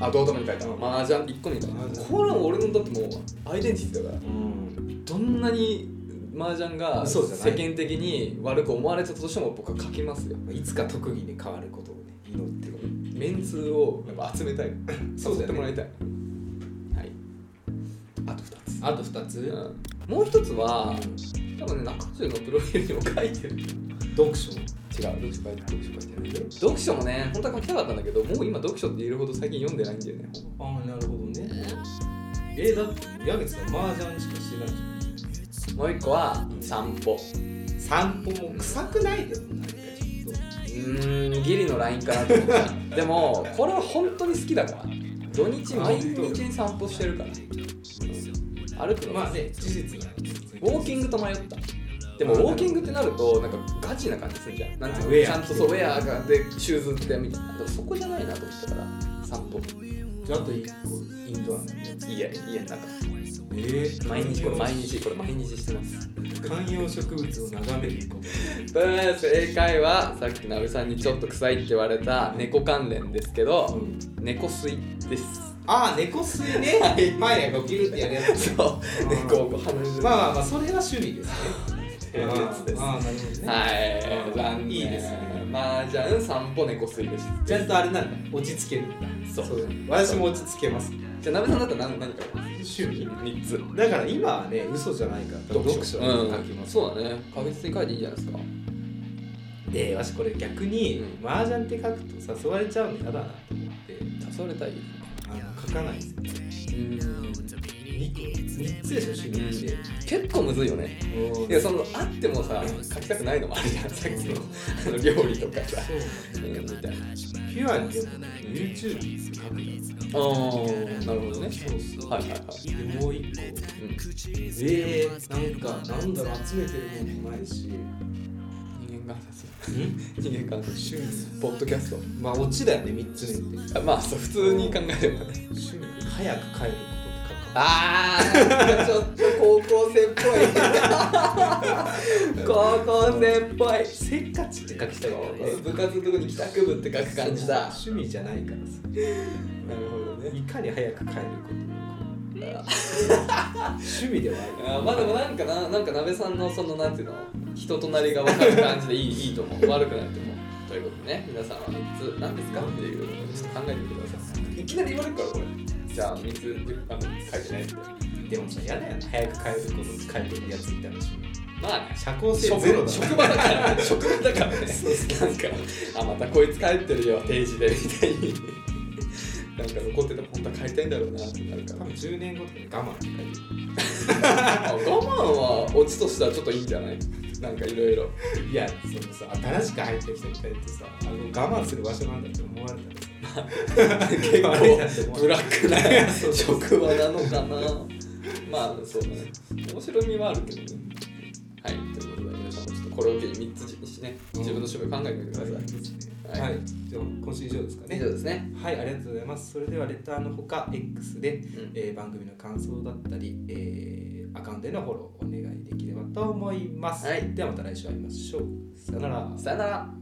[SPEAKER 2] あドア頭に書いた
[SPEAKER 1] うん
[SPEAKER 2] 麻雀1個に書い
[SPEAKER 1] 麻
[SPEAKER 2] た
[SPEAKER 1] 雀
[SPEAKER 2] これは俺のだってもうアイデンティティだから
[SPEAKER 1] うん
[SPEAKER 2] どんなに麻雀が世
[SPEAKER 1] そうじゃない
[SPEAKER 2] 間的に悪く思われたとしても僕は書きますよ
[SPEAKER 1] いつか特技に変わることをね祈ってる
[SPEAKER 2] メンツをやっぱ集めたい
[SPEAKER 1] そう
[SPEAKER 2] 誘
[SPEAKER 1] だ
[SPEAKER 2] って
[SPEAKER 1] ね
[SPEAKER 2] もらいたいはいあと2つ
[SPEAKER 1] あと2つ、
[SPEAKER 2] もう一つは多分ね中中のプロフィールにも書いてる
[SPEAKER 1] 読書
[SPEAKER 2] 違う読書書いて読書書いてない読書もね本当は書きたかったんだけどもう今読書って言えるほど最近読んでないんだよね
[SPEAKER 1] ああなるほどねえだって矢口さん麻雀しかしてないじ
[SPEAKER 2] もう一個は散歩
[SPEAKER 1] ゃん散歩も臭くないでもなんかちょっ
[SPEAKER 2] うーんギリのラインかなと思った でもこれは本当に好きだから土日毎日散歩してるから歩く
[SPEAKER 1] と
[SPEAKER 2] の
[SPEAKER 1] ま
[SPEAKER 2] が
[SPEAKER 1] あね事実なんですけ
[SPEAKER 2] ウ
[SPEAKER 1] ど
[SPEAKER 2] ォーキングと迷ったでもウォーキングってなるとなんかガチな感じするじゃんなんていうの
[SPEAKER 1] ウェア
[SPEAKER 2] ちゃんとそうウェアがでシューズってみたいなでもそこじゃないなと思ったから散歩
[SPEAKER 1] じゃああと1個インドアなんだよ
[SPEAKER 2] 家家の中
[SPEAKER 1] えー
[SPEAKER 2] 毎日これ毎日これ毎日してます
[SPEAKER 1] 観葉植物を眺めること
[SPEAKER 2] うん正解はさっきなべさんにちょっと臭いって言われた猫関連ですけど、
[SPEAKER 1] うん
[SPEAKER 2] 猫吸いです
[SPEAKER 1] ああ猫吸いね前がビューってやるやつ
[SPEAKER 2] そう
[SPEAKER 1] うん
[SPEAKER 2] 猫を鼻に
[SPEAKER 1] まあまあまあそれは趣味ですね
[SPEAKER 2] やるやつです
[SPEAKER 1] ああなるほどね、
[SPEAKER 2] はい
[SPEAKER 1] うん
[SPEAKER 2] 残念
[SPEAKER 1] いいですね
[SPEAKER 2] まあじゃあ散歩猫吸いです
[SPEAKER 1] ちゃんとあれなんだ落ち着けるんだ
[SPEAKER 2] そう
[SPEAKER 1] 私も落ち着けます
[SPEAKER 2] じゃあなべさんだったら何何か
[SPEAKER 1] 趣味
[SPEAKER 2] 三つ
[SPEAKER 1] だから今はね嘘じゃないから読書
[SPEAKER 2] うん
[SPEAKER 1] を書きます、
[SPEAKER 2] そうだね確実に書いていいんじゃないですか
[SPEAKER 1] で私これ逆に麻雀って書くと誘われちゃうの嫌だなと思って
[SPEAKER 2] 誘われたいよ
[SPEAKER 1] あの書かないんですよ
[SPEAKER 2] うん
[SPEAKER 1] 2個3つでしょ趣味って、
[SPEAKER 2] 結構むずいよね
[SPEAKER 1] うん
[SPEAKER 2] いやそのあってもさ書きたくないのもあるじゃんさっきのあの料理とかさうんみたいな
[SPEAKER 1] ピュアにでも YouTube に書くんですよ
[SPEAKER 2] ああ、なるほどね。
[SPEAKER 1] そうそう
[SPEAKER 2] はいはいはい。
[SPEAKER 1] でもう一個
[SPEAKER 2] うん、
[SPEAKER 1] えー、なんかなんだろう集めてるもんもないし
[SPEAKER 2] 人間観察。人間観察。
[SPEAKER 1] 趣味
[SPEAKER 2] ポッドキャスト。
[SPEAKER 1] まあオチだよね3つ目って
[SPEAKER 2] あまあ、そう、普通に考えれ
[SPEAKER 1] 趣味
[SPEAKER 2] ばね。
[SPEAKER 1] 早く帰ることとか
[SPEAKER 2] ああ、ちょっと高校生っぽい。 高校先輩
[SPEAKER 1] せっかちって書きたいからね
[SPEAKER 2] 部活のとこに帰宅部って書く感じだ
[SPEAKER 1] 趣味じゃないからさ
[SPEAKER 2] なるほどね
[SPEAKER 1] いかに早く帰ること趣味ではある
[SPEAKER 2] あーまあでもなんかななんか鍋さんのそのなんていうの人となりが分かる感じでいい いいと思う悪くないと思うということでね皆さんは3つ何ですかっていうのをちょっと考えてみてくださいいきなり言われるからこれじゃあ3つあの書いてないって
[SPEAKER 1] でもさ嫌だよね早く帰ること書いてるやついたらし
[SPEAKER 2] まあね
[SPEAKER 1] 社交性ゼロ
[SPEAKER 2] 職
[SPEAKER 1] だ
[SPEAKER 2] 職場だから職場だからねなんかあまたこいつ帰ってるよ定時でみたいになんか残ってても本当は帰りたいんだろうなってなるか
[SPEAKER 1] 多
[SPEAKER 2] ら
[SPEAKER 1] 分10年後とかに我慢って書いてる
[SPEAKER 2] あ我慢はオチとしてはちょっといいんじゃないなんかいろいろ
[SPEAKER 1] いや、そのさ、新しく入ってきた人ってさ、あの我慢する場所なんだって思われ
[SPEAKER 2] 結
[SPEAKER 1] たら、
[SPEAKER 2] 構ブラ
[SPEAKER 1] ッ
[SPEAKER 2] ックな職場なのかな まあそうだね面白みはあるけどねはいということで皆さんもちょっとこれを機に3つにしてね自分の趣味を考えてみてください、
[SPEAKER 1] はい、はい、じゃあ今週以上ですか
[SPEAKER 2] 以
[SPEAKER 1] ね
[SPEAKER 2] 上。ですね
[SPEAKER 1] はい、ありがとうございます。それではレターのほか X で、
[SPEAKER 2] ん
[SPEAKER 1] えー番組の感想だったり、えーアカウントへのフォローお願いできればと思います。
[SPEAKER 2] はい
[SPEAKER 1] ではまた来週会いましょう。さよなら。
[SPEAKER 2] さよなら